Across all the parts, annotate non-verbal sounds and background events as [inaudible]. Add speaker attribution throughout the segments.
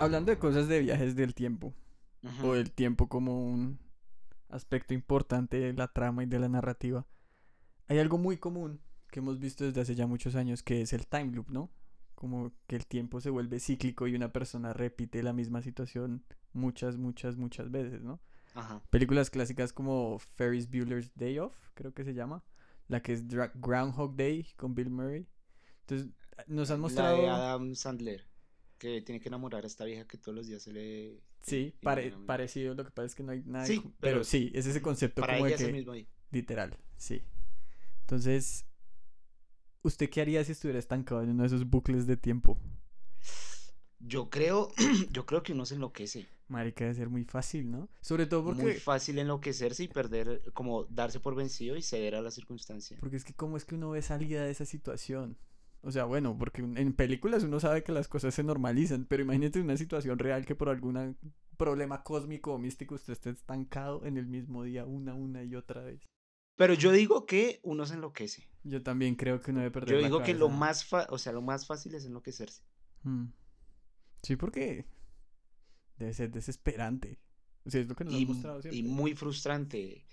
Speaker 1: hablando de cosas de viajes del tiempo,
Speaker 2: Ujú.
Speaker 1: o del tiempo como un aspecto importante de la trama y de la narrativa, hay algo muy común que hemos visto desde hace ya muchos años, que es el time loop, ¿no? Como que el tiempo se vuelve cíclico y una persona repite la misma situación muchas, muchas, muchas veces, ¿no?
Speaker 2: Ajá.
Speaker 1: películas clásicas como Ferris Bueller's Day Off, creo que se llama, la que es Dra- Groundhog Day con Bill Murray. Entonces, nos han
Speaker 2: La de
Speaker 1: mostrado,
Speaker 2: Adam Sandler, que tiene que enamorar a esta vieja que todos los días se le...
Speaker 1: sí,
Speaker 2: y- y
Speaker 1: pare-
Speaker 2: no, no, no.
Speaker 1: parecido, lo que pasa es que no hay nada, de
Speaker 2: Sí,
Speaker 1: co- pero,
Speaker 2: pero-
Speaker 1: sí, es ese concepto
Speaker 2: Para
Speaker 1: como de
Speaker 2: ella es el
Speaker 1: que,
Speaker 2: mismo día.
Speaker 1: literal, sí. Entonces, ¿usted qué haría si estuviera estancado en uno de esos bucles de tiempo?
Speaker 2: Yo creo, [clears throat] yo creo que uno se enloquece.
Speaker 1: Marica, debe ser muy fácil, ¿no? Sobre todo porque...
Speaker 2: Muy fácil enloquecerse y perder, como darse por vencido y ceder a la circunstancia.
Speaker 1: Porque es que cómo es que uno ve salida de esa situación. O sea, bueno, porque un- en películas uno sabe que las cosas se normalizan, pero imagínate una situación real que por algún problema cósmico o místico usted esté estancado en el mismo día una, una y otra vez.
Speaker 2: Pero yo digo que uno se enloquece.
Speaker 1: Yo también creo que uno debe perder
Speaker 2: Yo
Speaker 1: la
Speaker 2: digo que lo
Speaker 1: cabeza.
Speaker 2: más, fa- o sea, lo más fácil es enloquecerse.
Speaker 1: Mm. Sí, porque debe ser desesperante. O sea, es lo que nos
Speaker 2: Y,
Speaker 1: han mostrado
Speaker 2: y
Speaker 1: siempre.
Speaker 2: muy frustrante.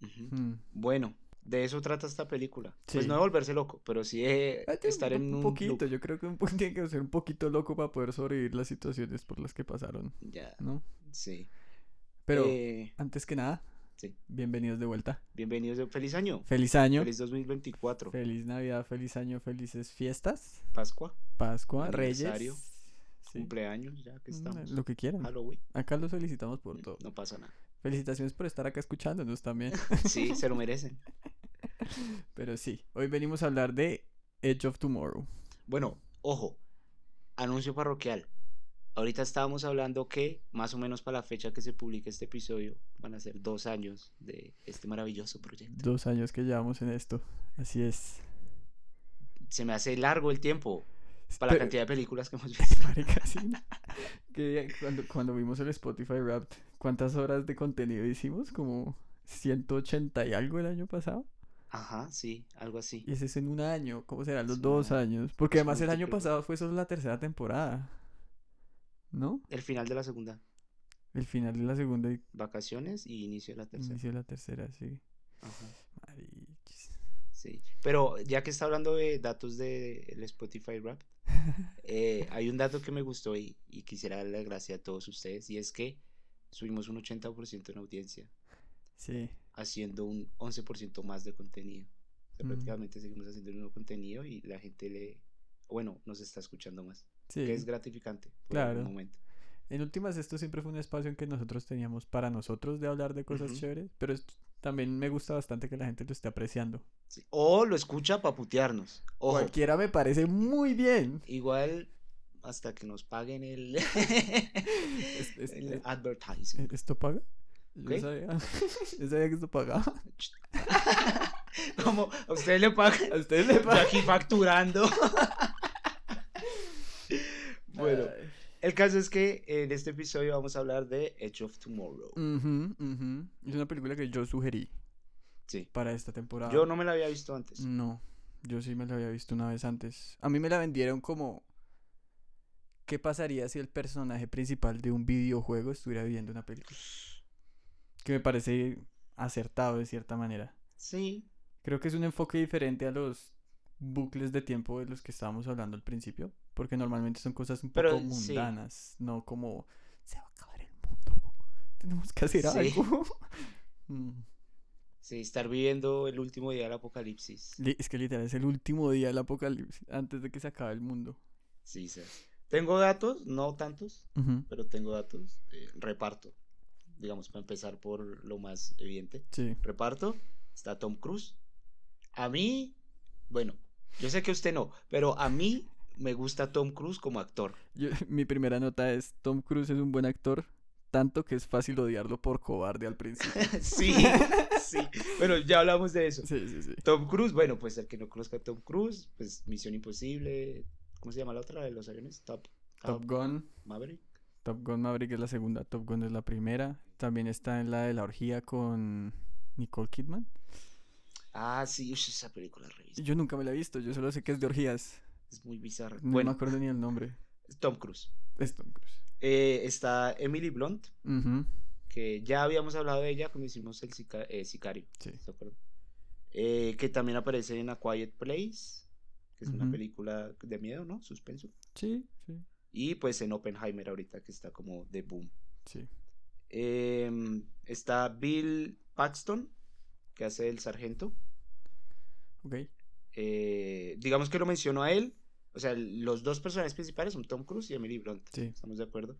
Speaker 2: Ujú.
Speaker 1: Mm.
Speaker 2: Bueno, de eso trata esta película. Pues
Speaker 1: Sí.
Speaker 2: no de volverse loco, pero sí de
Speaker 1: Ah, tiene
Speaker 2: estar
Speaker 1: un,
Speaker 2: en
Speaker 1: un
Speaker 2: un
Speaker 1: poquito,
Speaker 2: loop.
Speaker 1: yo creo que un, po- [laughs] tiene que ser un poquito loco para poder sobrevivir las situaciones por las que pasaron,
Speaker 2: Ya,
Speaker 1: ¿no?
Speaker 2: sí.
Speaker 1: Pero
Speaker 2: Eh,
Speaker 1: Antes que nada,
Speaker 2: Sí.
Speaker 1: bienvenidos de vuelta.
Speaker 2: bienvenidos, de- feliz año.
Speaker 1: Feliz año, feliz,
Speaker 2: Feliz 2024.
Speaker 1: Navidad, feliz año, felices fiestas,
Speaker 2: Pascua,
Speaker 1: Pascua,
Speaker 2: Aniversario.
Speaker 1: Reyes. Sí.
Speaker 2: cumpleaños, ya que
Speaker 1: Mm,
Speaker 2: estamos.
Speaker 1: Lo que quieran.
Speaker 2: Halloween.
Speaker 1: Acá los felicitamos por todo.
Speaker 2: No pasa nada.
Speaker 1: Felicitaciones por estar acá escuchándonos
Speaker 2: [laughs]
Speaker 1: también.
Speaker 2: Sí, se lo merecen.
Speaker 1: Pero sí, hoy venimos a hablar de Edge of Tomorrow.
Speaker 2: Bueno, ojo, anuncio parroquial. Ahorita estábamos hablando que más o menos para la fecha que se publique este episodio van a ser dos años de este maravilloso proyecto.
Speaker 1: Dos años que llevamos en esto. Así es.
Speaker 2: Se me hace largo el tiempo para la
Speaker 1: Pero-
Speaker 2: cantidad de películas que hemos visto.
Speaker 1: [laughs] Marica, sí.
Speaker 2: [laughs]
Speaker 1: Que cuando, cuando vimos el Spotify Wrapped, ¿cuántas horas de contenido hicimos? Como 180 y algo el año pasado.
Speaker 2: Ajá, sí, algo así.
Speaker 1: Y ese es en un año, ¿cómo serán los
Speaker 2: Es
Speaker 1: dos
Speaker 2: una-
Speaker 1: años? Porque
Speaker 2: es
Speaker 1: además el año
Speaker 2: múltiplo.
Speaker 1: pasado fue solo la tercera temporada, ¿no?
Speaker 2: El final de la segunda,
Speaker 1: El final de la segunda y
Speaker 2: vacaciones y inicio de la tercera.
Speaker 1: inicio de la tercera, sí.
Speaker 2: Ajá,
Speaker 1: Mariquis.
Speaker 2: sí. Pero ya que está hablando de datos del Spotify
Speaker 1: [laughs]
Speaker 2: Rap, eh, hay un dato que me gustó y, y quisiera darle las gracias a todos ustedes y es que subimos un 80% en audiencia.
Speaker 1: Sí,
Speaker 2: haciendo un 11% más de contenido. O sea,
Speaker 1: Mm.
Speaker 2: prácticamente seguimos haciendo el mismo contenido y la gente le, bueno, nos está escuchando más,
Speaker 1: sí.
Speaker 2: que es gratificante por algún
Speaker 1: Claro.
Speaker 2: momento.
Speaker 1: En últimas, esto siempre fue un espacio en que nosotros teníamos para nosotros de hablar de cosas
Speaker 2: Ujú.
Speaker 1: chéveres, pero es- también me gusta bastante que la gente lo esté apreciando.
Speaker 2: Sí. O lo escucha para putearnos. Ojo,
Speaker 1: Cualquiera me parece muy bien.
Speaker 2: igual hasta que nos paguen
Speaker 1: [laughs]
Speaker 2: el,
Speaker 1: es-
Speaker 2: [laughs] el
Speaker 1: es- ¿E-
Speaker 2: advertising.
Speaker 1: ¿Esto paga? Yo
Speaker 2: ¿Qué?
Speaker 1: sabía, [laughs] yo sabía que esto
Speaker 2: [laughs]
Speaker 1: pagaba.
Speaker 2: Como a ustedes le pagan,
Speaker 1: A ustedes les
Speaker 2: yo aquí facturando. bueno,
Speaker 1: Ay.
Speaker 2: el caso es que en este episodio vamos a hablar de Edge of Tomorrow.
Speaker 1: Ujú, ujú. Es una película que yo sugerí
Speaker 2: Sí.
Speaker 1: para esta temporada.
Speaker 2: Yo no me la había visto antes.
Speaker 1: No, yo sí me la había visto una vez antes. A mí me la vendieron como... ¿Qué pasaría si el personaje principal de un videojuego estuviera viendo una película? Que me parece acertado de cierta manera.
Speaker 2: Sí,
Speaker 1: Creo que es un enfoque diferente a los bucles de tiempo de los que estábamos hablando al principio. Porque normalmente son cosas un
Speaker 2: Pero
Speaker 1: poco
Speaker 2: sí.
Speaker 1: mundanas. No como... Se va a acabar el mundo. Tenemos que hacer
Speaker 2: Sí.
Speaker 1: algo. [laughs] Mm.
Speaker 2: sí, estar viviendo el último día del apocalipsis.
Speaker 1: Li- Es que literal es el último día del apocalipsis, antes de que se acabe el mundo.
Speaker 2: Sí, sí. Tengo datos, no tantos, pero tengo datos. eh, reparto, digamos, para empezar por lo más evidente.
Speaker 1: Sí.
Speaker 2: Reparto, está Tom Cruise. A mí, bueno, yo sé que usted no, pero a mí me gusta Tom Cruise como actor.
Speaker 1: Yo- [laughs] mi primera nota es, Tom Cruise es un buen actor, tanto que es fácil odiarlo por cobarde al [laughs] principio.
Speaker 2: [laughs] sí, sí. Bueno, ya hablamos de eso.
Speaker 1: Sí, sí, sí.
Speaker 2: Tom Cruise, bueno, pues el que no conozca a Tom Cruise, pues Misión Imposible. ¿Cómo se llama la otra? La de los aviones. Top,
Speaker 1: Top
Speaker 2: Top
Speaker 1: Gun,
Speaker 2: Maverick.
Speaker 1: Top Gun Maverick es la segunda, Top Gun es la primera. También está en la de la orgía con Nicole Kidman.
Speaker 2: Ah, sí, ush, esa película es re bizarra,
Speaker 1: Yo nunca me la he visto, yo solo sé que es de orgías.
Speaker 2: Es muy bizarra.
Speaker 1: No me
Speaker 2: bueno,
Speaker 1: acuerdo ni el nombre.
Speaker 2: Tom Cruise.
Speaker 1: [laughs] Es Tom Cruise.
Speaker 2: Eh, está Emily Blunt,
Speaker 1: Ujú,
Speaker 2: que ya habíamos hablado de ella cuando hicimos el sica- eh, Sicario.
Speaker 1: Sí.
Speaker 2: ¿se acuerdan? Eh, que también aparece en A Quiet Place, que es una
Speaker 1: Ujú.
Speaker 2: película de miedo, ¿no? Suspenso.
Speaker 1: Sí, sí.
Speaker 2: Y pues en Oppenheimer ahorita, que está como de boom.
Speaker 1: Sí.
Speaker 2: Em, está Bill Paxton, que hace el sargento.
Speaker 1: Ok.
Speaker 2: Eh, digamos que lo menciono a él. O sea, los dos personajes principales son Tom Cruise y Emily Blunt.
Speaker 1: Sí.
Speaker 2: Estamos de acuerdo.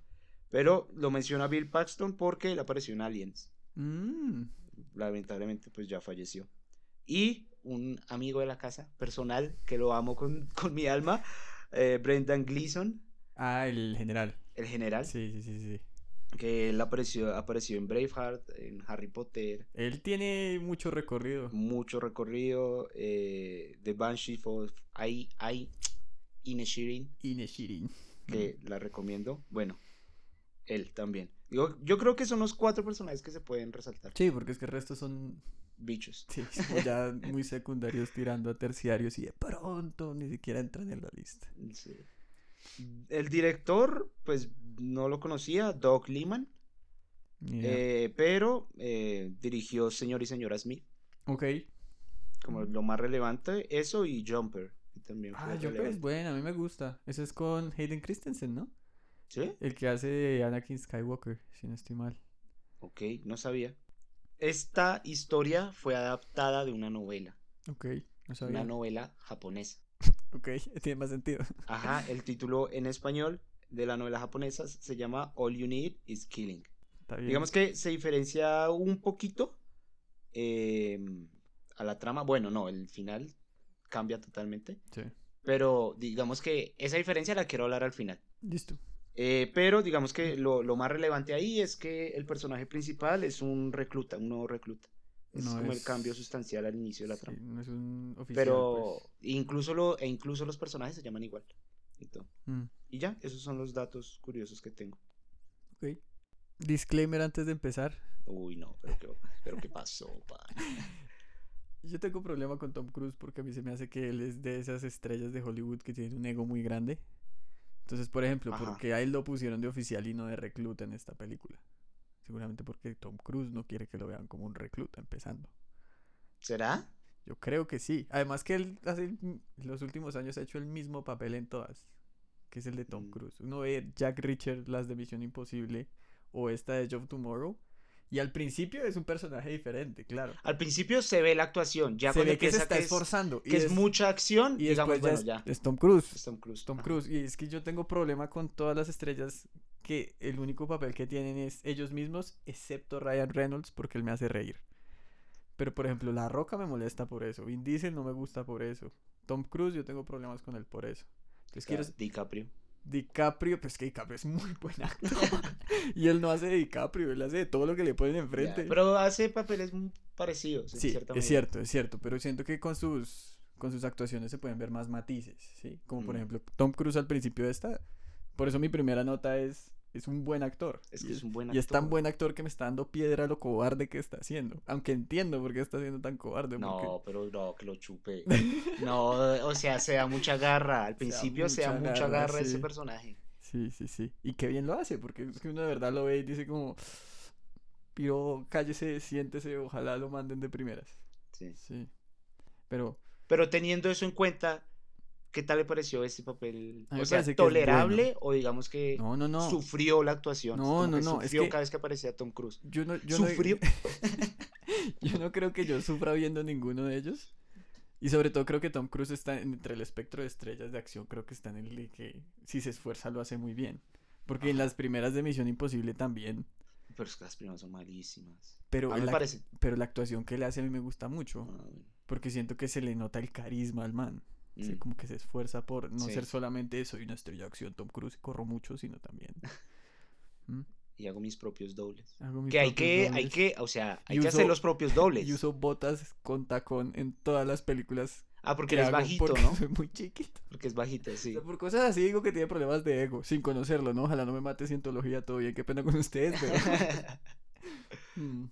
Speaker 2: Pero lo menciono a Bill Paxton porque él apareció en Aliens.
Speaker 1: Mm,
Speaker 2: Lamentablemente, pues ya falleció. Y un amigo de la casa, personal, que lo amo con, [laughs] con mi alma, eh, Brendan Gleeson,
Speaker 1: Ah, el general.
Speaker 2: el general,
Speaker 1: Sí, sí, sí, sí.
Speaker 2: que él apareció, apareció en Braveheart, en Harry Potter,
Speaker 1: Él tiene mucho recorrido.
Speaker 2: mucho recorrido, eh, The Banshee of I, I, Inisherin,
Speaker 1: Ineshirin.
Speaker 2: que la recomiendo. Bueno, él también. Yo, yo creo que son los cuatro personajes que se pueden resaltar.
Speaker 1: Sí, porque es que el resto son [laughs]
Speaker 2: Bichos. [laughs]
Speaker 1: sí, como ya muy secundarios tirando a terciarios y de pronto ni siquiera entran en la lista.
Speaker 2: Sí. El director, pues no lo conocía, Doug Liman,
Speaker 1: Ni idea.
Speaker 2: eh, pero eh, dirigió Señor y Señora Smith,
Speaker 1: ok.
Speaker 2: como
Speaker 1: Mm.
Speaker 2: lo más relevante. Eso y Jumper, que también fue
Speaker 1: Ah, yo creo que es
Speaker 2: relevante.
Speaker 1: buena, a mí me gusta. Ese es con Hayden Christensen, ¿no?
Speaker 2: ¿Sí?
Speaker 1: El que hace de Anakin Skywalker, si no estoy mal.
Speaker 2: Ok, no sabía. Esta historia fue adaptada de una novela,
Speaker 1: Ok, no sabía.
Speaker 2: una novela japonesa.
Speaker 1: Ok, [laughs] tiene más sentido.
Speaker 2: Ajá, el título en español de la novela japonesa se llama All You Need Is Killing.
Speaker 1: Está bien.
Speaker 2: Digamos que se diferencia un poquito eh, a la trama. Bueno, no, el final cambia totalmente.
Speaker 1: Sí.
Speaker 2: Pero digamos que esa diferencia la quiero hablar al final.
Speaker 1: Listo.
Speaker 2: Eh, pero digamos que lo, lo más relevante ahí es que el personaje principal es un recluta, un nuevo recluta. Es
Speaker 1: No
Speaker 2: como el
Speaker 1: es-
Speaker 2: cambio sustancial al inicio de la
Speaker 1: Sí,
Speaker 2: trama.
Speaker 1: no es un oficial.
Speaker 2: Pero
Speaker 1: pues.
Speaker 2: incluso, lo, e incluso los personajes se llaman igual. Y, todo.
Speaker 1: Mm,
Speaker 2: Y ya, esos son los datos curiosos que tengo.
Speaker 1: ok. Disclaimer antes de empezar.
Speaker 2: Uy, no, pero qué, pero qué pasó, pa.
Speaker 1: Yo tengo un problema con Tom Cruise porque a mí se me hace que él es de esas estrellas de Hollywood que tienen un ego muy grande. Entonces, por ejemplo,
Speaker 2: Ajá.
Speaker 1: porque a él lo pusieron de oficial y no de recluta en esta película. Seguramente porque Tom Cruise no quiere que lo vean como un recluta empezando.
Speaker 2: ¿Será?
Speaker 1: Yo creo que sí. Además que él hace el- en los últimos años ha hecho el mismo papel en todas, que es el de Tom
Speaker 2: Mm.
Speaker 1: Cruise. Uno ve Jack Richard, las de Misión Imposible o esta de Job Tomorrow y al principio es un personaje diferente, claro.
Speaker 2: Al principio se ve la actuación, ya
Speaker 1: se
Speaker 2: cuando
Speaker 1: ve que se
Speaker 2: empieza
Speaker 1: está
Speaker 2: que es,
Speaker 1: esforzando
Speaker 2: que es
Speaker 1: des-
Speaker 2: mucha acción,
Speaker 1: y
Speaker 2: digamos,
Speaker 1: después ya
Speaker 2: bueno,
Speaker 1: es-
Speaker 2: ya.
Speaker 1: es Tom Cruise.
Speaker 2: Es Tom Cruise. Ah,
Speaker 1: Tom
Speaker 2: ajá.
Speaker 1: Cruise y es que yo tengo problema con todas las estrellas que el único papel que tienen es ellos mismos, excepto Ryan Reynolds porque él me hace reír. Pero por ejemplo, La Roca me molesta por eso, Vin Diesel no me gusta por eso, Tom Cruise yo tengo problemas con él por eso. Entonces
Speaker 2: Está
Speaker 1: quiero
Speaker 2: DiCaprio.
Speaker 1: DiCaprio, pues que DiCaprio es muy buen actor. [laughs] y él no hace de DiCaprio, él hace de todo lo que le ponen
Speaker 2: ya,
Speaker 1: enfrente.
Speaker 2: Pero hace papeles muy parecidos, en
Speaker 1: Sí,
Speaker 2: cierta
Speaker 1: es
Speaker 2: manera.
Speaker 1: cierto, es cierto, pero siento que con sus con sus actuaciones se pueden ver más matices, ¿sí? Como por
Speaker 2: Mm.
Speaker 1: ejemplo Tom Cruise al principio de esta, por eso mi primera nota es es un buen actor.
Speaker 2: Es
Speaker 1: y
Speaker 2: que es un buen
Speaker 1: y es tan
Speaker 2: actor.
Speaker 1: buen actor que me está dando piedra lo cobarde que está haciendo, aunque entiendo por qué está siendo tan cobarde.
Speaker 2: No,
Speaker 1: porque-
Speaker 2: pero no, que lo
Speaker 1: [laughs]
Speaker 2: chupe. No, o sea, se da mucha garra. Al principio se da
Speaker 1: mucha
Speaker 2: mucha
Speaker 1: garra,
Speaker 2: garra a ese
Speaker 1: sí.
Speaker 2: personaje.
Speaker 1: Sí, sí, sí. Y qué bien lo hace, porque es que uno de verdad lo ve y dice como, piro, cállese, siéntese, ojalá lo manden de primeras.
Speaker 2: Sí.
Speaker 1: Sí. Pero
Speaker 2: Pero teniendo eso en cuenta, ¿qué tal le pareció ese papel?
Speaker 1: A mí
Speaker 2: O
Speaker 1: me
Speaker 2: sea,
Speaker 1: parece que es
Speaker 2: ¿tolerable o digamos que
Speaker 1: no, no, no.
Speaker 2: sufrió la actuación?
Speaker 1: No,
Speaker 2: Como
Speaker 1: no,
Speaker 2: que
Speaker 1: no, es
Speaker 2: Sufrió
Speaker 1: que-
Speaker 2: cada vez que aparecía Tom Cruise.
Speaker 1: Yo no, yo no-
Speaker 2: Sufrió.
Speaker 1: [laughs] yo no creo que yo sufra viendo ninguno de ellos. Y sobre todo creo que Tom Cruise está en- entre el espectro de estrellas de acción, creo que está en el de que si se esfuerza lo hace muy bien. Porque en las primeras de Misión Imposible también.
Speaker 2: Pero es que las primas son malísimas.
Speaker 1: Pero,
Speaker 2: A mí me
Speaker 1: la,
Speaker 2: parece.
Speaker 1: pero la actuación que le hace a mí me gusta mucho.
Speaker 2: Ah, bueno.
Speaker 1: Porque siento que se le nota el carisma al man. ¿sí?
Speaker 2: Mm.
Speaker 1: Como que se esfuerza por no
Speaker 2: Sí.
Speaker 1: ser solamente soy una estrella de acción, Tom Cruise, y corro mucho, sino
Speaker 2: [laughs]
Speaker 1: también. ¿Mm?
Speaker 2: Y hago mis propios dobles.
Speaker 1: Hago mis
Speaker 2: Que hay
Speaker 1: propios
Speaker 2: que, hay
Speaker 1: dobles.
Speaker 2: que, o sea, hay
Speaker 1: Y uso-
Speaker 2: que hacer los propios dobles.
Speaker 1: Y uso botas con tacón en todas las películas
Speaker 2: Ah, porque
Speaker 1: que
Speaker 2: es
Speaker 1: hago
Speaker 2: bajito,
Speaker 1: porque [laughs]
Speaker 2: ¿no?
Speaker 1: soy muy chiquito.
Speaker 2: Porque es bajito,
Speaker 1: O
Speaker 2: sí.
Speaker 1: sea,
Speaker 2: [laughs]
Speaker 1: por cosas así digo que tiene problemas de ego, sin conocerlo, ¿no? Ojalá no me mate cientología, todo bien, qué pena con [laughs] ustedes, pero... Mm.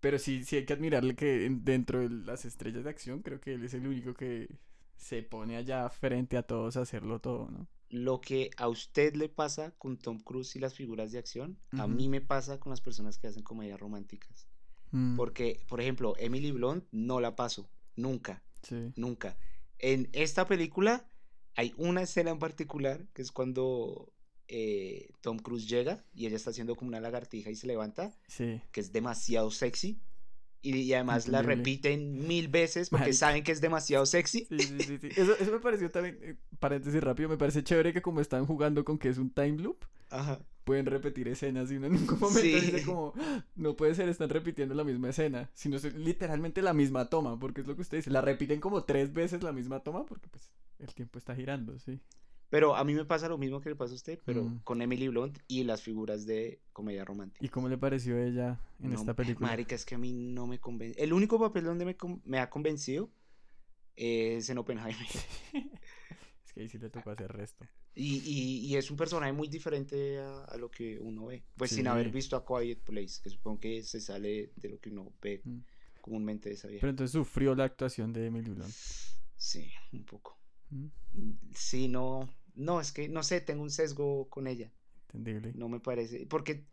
Speaker 1: Pero sí, sí hay que admirarle que en- dentro de las estrellas de acción creo que él es el único que se pone allá frente a todos a hacerlo todo, ¿no?
Speaker 2: lo que a usted le pasa con Tom Cruise y las figuras de acción, a
Speaker 1: Ujú.
Speaker 2: mí me pasa con las personas que hacen comedias románticas.
Speaker 1: Mm,
Speaker 2: Porque, por ejemplo, Emily Blunt no la paso, nunca,
Speaker 1: sí.
Speaker 2: nunca. En esta película hay una escena en particular que es cuando eh, Tom Cruise llega y ella está haciendo como una lagartija y se levanta,
Speaker 1: Sí.
Speaker 2: que es demasiado sexy. Y, y además la
Speaker 1: Entendible.
Speaker 2: repiten mil veces porque
Speaker 1: Marica.
Speaker 2: saben que es demasiado sexy.
Speaker 1: Sí, sí, sí, sí. Eso, eso me pareció también, eh, paréntesis rápido, me parece chévere que como están jugando con que es un time loop,
Speaker 2: Ajá.
Speaker 1: pueden repetir escenas y uno en ningún [laughs] momento
Speaker 2: Sí.
Speaker 1: dice como, "Ah, no puede ser, están repitiendo la misma escena, sino es literalmente la misma toma, porque es lo que usted dice, la repiten como tres veces la misma toma porque pues el tiempo está girando, sí.
Speaker 2: Pero a mí me pasa lo mismo que le pasa a usted, pero
Speaker 1: Mm.
Speaker 2: con Emily Blunt y las figuras de comedia romántica.
Speaker 1: ¿Y cómo le pareció ella en
Speaker 2: No,
Speaker 1: esta película?
Speaker 2: Marica, es que a mí no me convence. El único papel donde me, con- me ha convencido es en Oppenheimer.
Speaker 1: [laughs] es que ahí sí le tocó hacer resto.
Speaker 2: Y, y- y es un personaje muy diferente a, a lo que uno ve. Pues sin
Speaker 1: Sí.
Speaker 2: haber visto a Quiet Place, que supongo que se sale de lo que uno ve
Speaker 1: Mm.
Speaker 2: comúnmente de esa vieja.
Speaker 1: Pero entonces sufrió la actuación de Emily Blunt.
Speaker 2: Sí, un poco.
Speaker 1: Mm,
Speaker 2: Sí, no. No, es que no sé, tengo un sesgo con ella.
Speaker 1: Entendible.
Speaker 2: No me parece. Porque,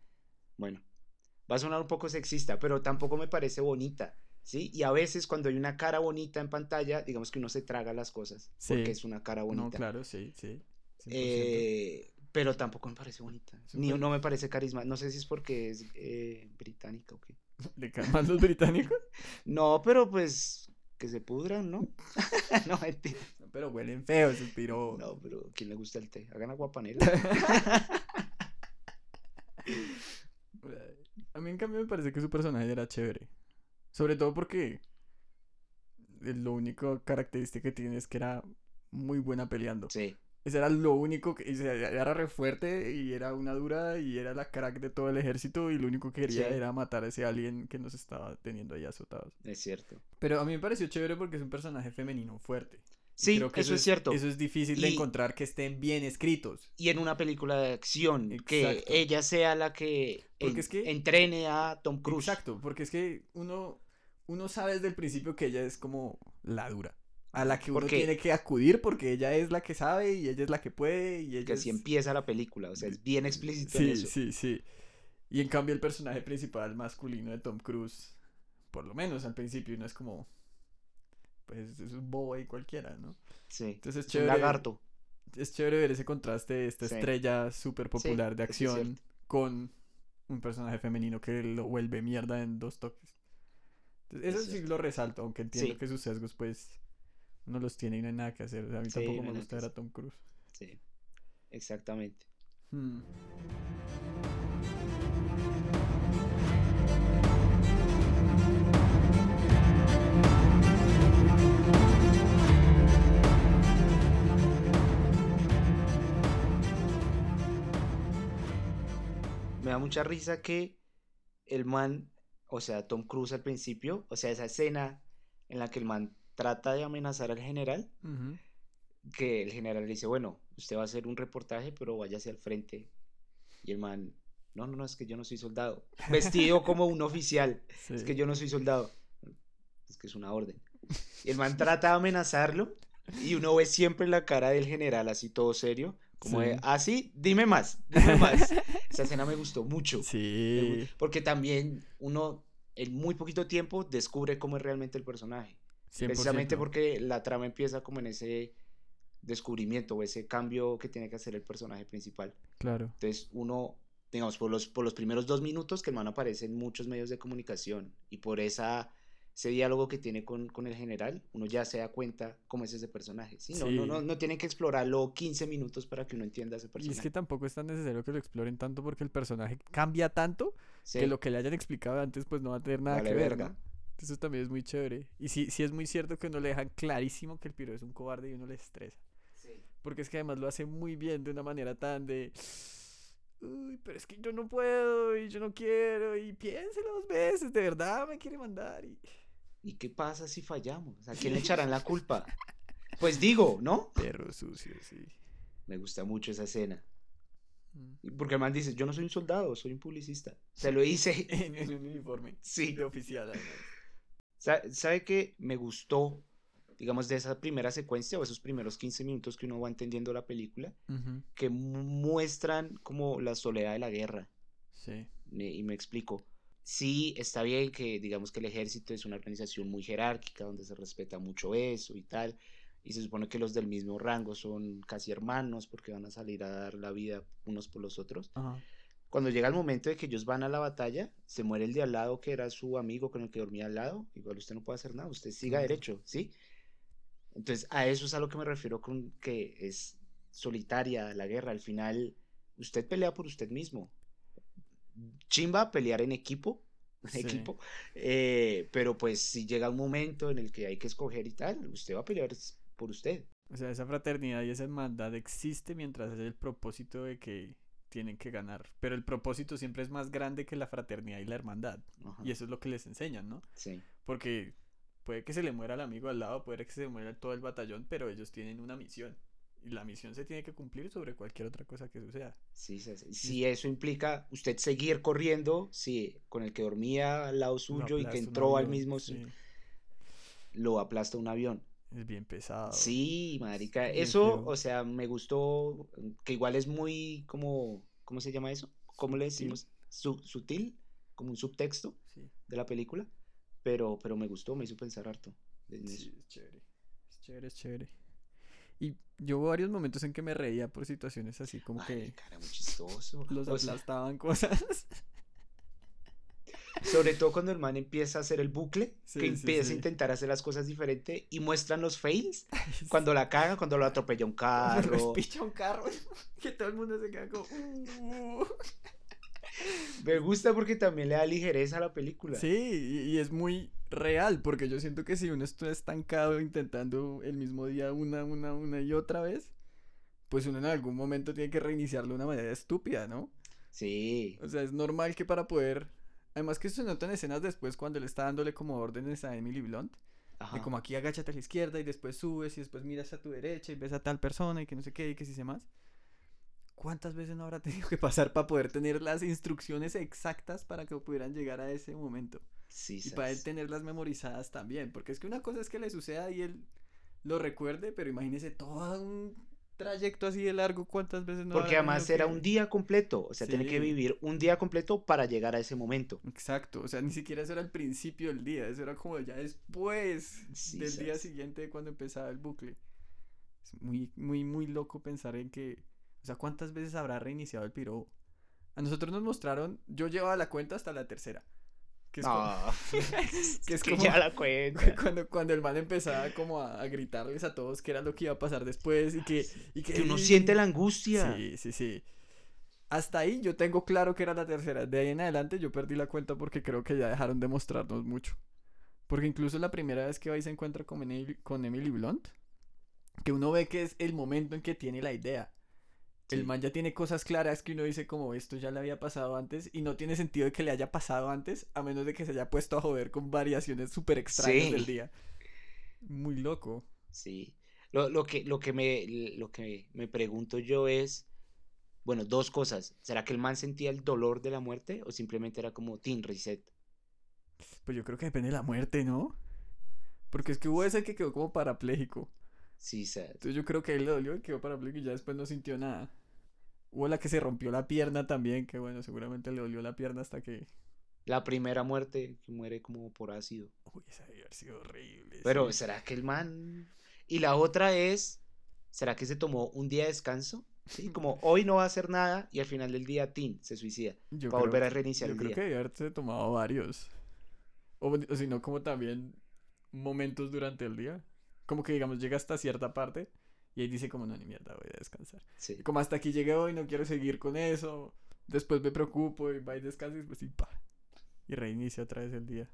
Speaker 2: bueno, va a sonar un poco sexista, pero tampoco me parece bonita. ¿Sí? Y a veces cuando hay una cara bonita en pantalla, digamos que uno se traga las cosas
Speaker 1: Sí.
Speaker 2: porque es una cara bonita.
Speaker 1: No, claro, sí, sí. 100%.
Speaker 2: Eh, pero tampoco me parece bonita.
Speaker 1: Es un
Speaker 2: Ni,
Speaker 1: per-
Speaker 2: no me parece carisma. No sé si es porque es eh, británica o qué.
Speaker 1: ¿Le calman los británicos? [laughs]
Speaker 2: No, pero pues que se pudran, ¿no? [laughs] no, mentira.
Speaker 1: No, pero huelen feo, suspiró.
Speaker 2: No, pero ¿quién le gusta el té? Hagan agua
Speaker 1: [laughs]
Speaker 2: panela.
Speaker 1: A mí, en cambio, me parece que su personaje era chévere. Sobre todo porque eh, lo único característica que tiene es que era muy buena peleando.
Speaker 2: Sí.
Speaker 1: Eso era lo único que. y se- Era re fuerte y era una dura y era la crack de todo el ejército y lo único que quería
Speaker 2: Sí.
Speaker 1: era matar a ese alien que nos estaba teniendo ahí azotados.
Speaker 2: Es cierto.
Speaker 1: Pero a mí me pareció chévere porque es un personaje femenino fuerte. Y
Speaker 2: Sí,
Speaker 1: creo que
Speaker 2: eso es cierto.
Speaker 1: Eso es difícil de
Speaker 2: Y-
Speaker 1: encontrar que estén bien escritos.
Speaker 2: y en una película de acción que
Speaker 1: Exacto.
Speaker 2: ella sea la que,
Speaker 1: Porque
Speaker 2: en-
Speaker 1: es que-
Speaker 2: entrene a Tom Cruise.
Speaker 1: Exacto, porque es que uno, uno sabe desde el principio que ella es como la dura. A la que uno
Speaker 2: Porque-
Speaker 1: tiene que acudir porque ella es la que sabe y ella es la que puede y ella
Speaker 2: Que
Speaker 1: es...
Speaker 2: así empieza la película, o sea, es bien explícito en
Speaker 1: Sí,
Speaker 2: eso.
Speaker 1: sí, sí. Y en cambio el personaje principal masculino de Tom Cruise, por lo menos al principio, no es como... Pues es un bobo y cualquiera, ¿no?
Speaker 2: Sí.
Speaker 1: Entonces es
Speaker 2: Un
Speaker 1: chévere,
Speaker 2: lagarto.
Speaker 1: es chévere ver ese contraste de esta
Speaker 2: Sí.
Speaker 1: estrella súper popular de
Speaker 2: eso es cierto.
Speaker 1: acción con un personaje femenino que lo vuelve mierda en dos toques. Entonces,
Speaker 2: Es
Speaker 1: eso sí
Speaker 2: cierto.
Speaker 1: lo resalto, aunque entiendo
Speaker 2: Sí.
Speaker 1: que sus sesgos pues no los tiene y no hay nada que hacer. O sea, a mí
Speaker 2: Sí, no
Speaker 1: tampoco me
Speaker 2: hay nada
Speaker 1: gusta
Speaker 2: que
Speaker 1: ver a
Speaker 2: hacer.
Speaker 1: Tom Cruise.
Speaker 2: Sí. Exactamente.
Speaker 1: Hmm.
Speaker 2: Me da mucha risa que el man, o sea, Tom Cruise al principio, o sea, esa escena en la que el man trata de amenazar al general,
Speaker 1: Ujú.
Speaker 2: que el general le dice, bueno, usted va a hacer un reportaje, pero váyase al frente. Y el man, no, no, no, es que yo no soy soldado. Vestido como un oficial.
Speaker 1: Sí.
Speaker 2: Es que yo no soy soldado. Es que es una orden. Y el man trata de amenazarlo y uno ve siempre la cara del general así todo serio. Como
Speaker 1: Sí.
Speaker 2: de, ah, sí, dime más, dime más. Esa escena me gustó mucho. Me gu-
Speaker 1: Sí.
Speaker 2: Porque también uno en muy poquito tiempo descubre cómo es realmente el personaje.
Speaker 1: 100%.
Speaker 2: Precisamente porque la trama empieza como en ese descubrimiento o ese cambio que tiene que hacer el personaje principal.
Speaker 1: Claro.
Speaker 2: Entonces uno, digamos, por los, por los primeros dos minutos que el man aparece en muchos medios de comunicación y por esa, ese diálogo que tiene con, con el general, uno ya se da cuenta cómo es ese personaje. ¿sí? No, no,
Speaker 1: Sí.
Speaker 2: no, no tienen que explorarlo 15 minutos para que uno entienda a ese
Speaker 1: Y
Speaker 2: personaje.
Speaker 1: es que tampoco es tan necesario que lo exploren tanto porque el personaje cambia tanto
Speaker 2: Sí,
Speaker 1: que lo que le hayan explicado antes pues no va a tener nada
Speaker 2: vale
Speaker 1: que ver,
Speaker 2: verga.
Speaker 1: ¿no? Eso también es muy chévere. Y sí, sí es muy cierto que uno le dejan clarísimo que el piro es un cobarde y uno le estresa.
Speaker 2: Sí.
Speaker 1: Porque es que además lo hace muy bien de una manera tan de... Uy, pero es que yo no puedo y yo no quiero y piénselo dos veces, de verdad me quiere mandar y... [laughs]
Speaker 2: ¿Y qué pasa si fallamos? ¿A quién le echarán la culpa? Pues digo, ¿no?
Speaker 1: Perro sucio, sí.
Speaker 2: Me gusta mucho esa escena.
Speaker 1: Mm. [laughs]
Speaker 2: Y Porque el man dice, yo no soy un soldado, soy un publicista. Se lo [laughs] hice.
Speaker 1: En, en un uniforme [laughs]
Speaker 2: Sí.
Speaker 1: de oficial, además.
Speaker 2: Sa- ¿Sabe qué me gustó digamos, de esa primera secuencia o esos primeros 15 minutos que uno va entendiendo la película,
Speaker 1: Ujú,
Speaker 2: que mu- muestran como la soledad de la guerra.
Speaker 1: Sí.
Speaker 2: Me- y me explico. Sí, está bien que digamos que el ejército es una organización muy jerárquica donde se respeta mucho eso y tal. Y se supone que los del mismo rango son casi hermanos porque van a salir a dar la vida unos por los otros.
Speaker 1: Ajá.
Speaker 2: Cuando llega el momento de que ellos van a la batalla, se muere el de al lado que era su amigo con el que dormía al lado. Igual usted no puede hacer nada, usted siga
Speaker 1: Claro.
Speaker 2: derecho, ¿sí? Entonces, a eso es a lo que me refiero con que es solitaria la guerra. Al final, usted pelea por usted mismo. Chimba, pelear en equipo, [laughs]
Speaker 1: Sí.
Speaker 2: equipo. eh, pero pues si llega un momento en el que hay que escoger y tal, usted va a pelear por usted.
Speaker 1: O sea, esa fraternidad y esa hermandad existe mientras es el propósito de que tienen que ganar. Pero el propósito siempre es más grande que la fraternidad y la hermandad.
Speaker 2: Ajá,
Speaker 1: Y eso es lo que les enseñan, ¿no?
Speaker 2: sí.
Speaker 1: Porque puede que se le muera el amigo al lado, puede que se muera todo el batallón, pero ellos tienen una misión. Y la misión se tiene que cumplir sobre cualquier otra cosa que suceda.
Speaker 2: Sí, sí, sí. Si eso implica usted seguir corriendo, sí, con el que dormía al lado
Speaker 1: Lo
Speaker 2: suyo y
Speaker 1: aplasta
Speaker 2: que
Speaker 1: un
Speaker 2: entró al
Speaker 1: avión,
Speaker 2: mismo,
Speaker 1: sí,
Speaker 2: lo aplasta un avión.
Speaker 1: es bien pesado.
Speaker 2: Sí, marica,
Speaker 1: bien
Speaker 2: eso,
Speaker 1: feo.
Speaker 2: o sea, me gustó, que igual es muy como, ¿cómo se llama eso? ¿Cómo le
Speaker 1: Sutil.
Speaker 2: decimos? Su- sutil, como un subtexto
Speaker 1: Sí,
Speaker 2: de la película, pero, pero me gustó, me hizo pensar harto. en eso.
Speaker 1: sí, es chévere. Es chévere, es chévere. Y yo hubo varios momentos en que me reía por situaciones así como que
Speaker 2: Marica, era muy chistoso.
Speaker 1: los
Speaker 2: o sea,
Speaker 1: aplastaban cosas.
Speaker 2: Sobre todo cuando el man empieza a hacer el bucle,
Speaker 1: Sí,
Speaker 2: que
Speaker 1: sí,
Speaker 2: empieza
Speaker 1: sí.
Speaker 2: a intentar hacer las cosas diferente y muestran los fails
Speaker 1: [laughs]
Speaker 2: cuando la cagan, cuando lo atropella un carro.
Speaker 1: picha un carro. [laughs] que todo el mundo se queda como. "Uh".
Speaker 2: Me gusta porque también le da ligereza a la película.
Speaker 1: Sí, y, y es muy real, porque yo siento que si uno está estancado intentando el mismo día una, una, una y otra vez, pues uno en algún momento tiene que reiniciarlo de una manera estúpida, ¿no?
Speaker 2: Sí,
Speaker 1: O sea, es normal que para poder... Además que eso se nota en escenas después cuando él está dándole como órdenes a Emily Blunt. De
Speaker 2: ajá,
Speaker 1: como aquí agáchate a la izquierda y después subes y después miras a tu derecha y ves a tal persona y que no sé qué y que si sé más. ¿Cuántas veces no habrá tenido que pasar para poder tener las instrucciones exactas para que pudieran llegar a ese momento?
Speaker 2: sí,
Speaker 1: Y para él
Speaker 2: sas.
Speaker 1: tenerlas memorizadas también, porque es que una cosa es que le suceda y él lo recuerde, pero imagínese todo un trayecto así de largo, cuántas veces no
Speaker 2: Porque
Speaker 1: habrá
Speaker 2: además
Speaker 1: tenido
Speaker 2: era
Speaker 1: que-
Speaker 2: un día completo, o sea, tiene
Speaker 1: Sí.
Speaker 2: que vivir un día completo para llegar a ese momento.
Speaker 1: Exacto, o sea, ni siquiera eso era el principio del día, eso era como ya después
Speaker 2: Sí,
Speaker 1: del día
Speaker 2: sas.
Speaker 1: siguiente de cuando empezaba el bucle. Es muy, muy, muy loco pensar en que, o sea, cuántas veces habrá reiniciado el piro. A nosotros nos mostraron, yo llevaba la cuenta hasta la tercera. [laughs] Que es como-
Speaker 2: Ah, [laughs]
Speaker 1: que es
Speaker 2: que
Speaker 1: como-
Speaker 2: ya la cuenta.
Speaker 1: cuando, cuando el man empezaba como a, a gritarles a todos qué era lo que iba a pasar después y que, y [laughs] que,
Speaker 2: Que uno siente la angustia.
Speaker 1: Sí, sí, sí. Hasta ahí yo tengo claro que era la tercera. De ahí en adelante yo perdí la cuenta porque creo que ya dejaron de mostrarnos mucho. Porque incluso la primera vez que va y se encuentra con Emily, con Emily Blunt, que uno ve que es el momento en que tiene la idea. El
Speaker 2: Sí.
Speaker 1: man ya tiene cosas claras que uno dice como esto ya le había pasado antes y no tiene sentido de que le haya pasado antes a menos de que se haya puesto a joder con variaciones súper extrañas
Speaker 2: Sí.
Speaker 1: del día. Muy loco.
Speaker 2: Sí. Lo, lo que, lo que me, lo que me pregunto yo es, bueno, dos cosas. ¿Será que el man sentía el dolor de la muerte o simplemente era como Team Reset?
Speaker 1: Pues yo creo que depende de la muerte, ¿no? Porque es que hubo ese que quedó como parapléjico.
Speaker 2: Sí, sas.
Speaker 1: Entonces yo creo que a él le dolió y quedó parapléjico y ya después no sintió nada. Hubo la que se rompió la pierna también, que bueno, seguramente le dolió la pierna hasta que...
Speaker 2: La primera muerte que muere como por ácido.
Speaker 1: Uy, esa debe haber sido horrible.
Speaker 2: Pero
Speaker 1: sí.
Speaker 2: ¿será que el man? Y la otra es, ¿será que se tomó un día de descanso? Sí, como hoy no va a hacer nada y al final del día Tim se suicida
Speaker 1: Yo
Speaker 2: para
Speaker 1: creo
Speaker 2: volver a
Speaker 1: que-
Speaker 2: reiniciar
Speaker 1: Yo
Speaker 2: el
Speaker 1: creo
Speaker 2: día.
Speaker 1: que debe haberse tomado varios. O, o si no, como también momentos durante el día. Como que, digamos, llega hasta cierta parte y ahí dice como, no, ni mierda, voy a descansar.
Speaker 2: Sí.
Speaker 1: Como hasta aquí llegué hoy, no quiero seguir con eso. Después me preocupo y va y descansa y después y pa. Y reinicia otra vez el día.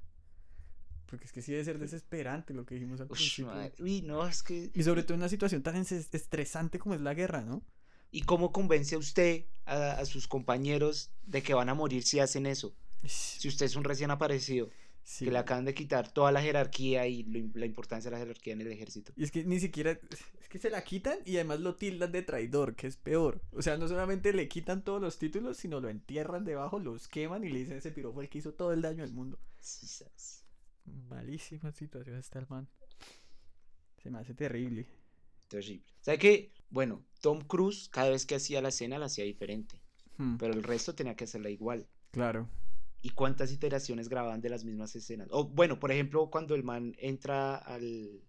Speaker 1: Porque es que sí debe ser desesperante lo que dijimos al
Speaker 2: Ush,
Speaker 1: principio.
Speaker 2: madre. Uy, no, es que...
Speaker 1: Y sobre todo en una situación tan enses- estresante como es la guerra, ¿no?
Speaker 2: ¿Y cómo convence usted a, a sus compañeros de que van a morir si hacen eso? Si usted es un recién aparecido,
Speaker 1: Sí.
Speaker 2: que le acaban de quitar toda la jerarquía y lo im- la importancia de la jerarquía en el ejército.
Speaker 1: Y es que ni siquiera. Es que se la quitan y además lo tildan de traidor, que es peor. O sea, no solamente le quitan todos los títulos, sino lo entierran debajo, los queman y le dicen ese piro fue el que hizo todo el daño al mundo.
Speaker 2: Sí, sas.
Speaker 1: Malísima situación está el man. Se me hace terrible.
Speaker 2: Terrible. O sea que, bueno, Tom Cruise cada vez que hacía la escena la hacía diferente,
Speaker 1: Hmm,
Speaker 2: pero el resto tenía que hacerla igual.
Speaker 1: Claro.
Speaker 2: ¿Y cuántas iteraciones grababan de las mismas escenas? O bueno, por ejemplo, cuando el man entra al,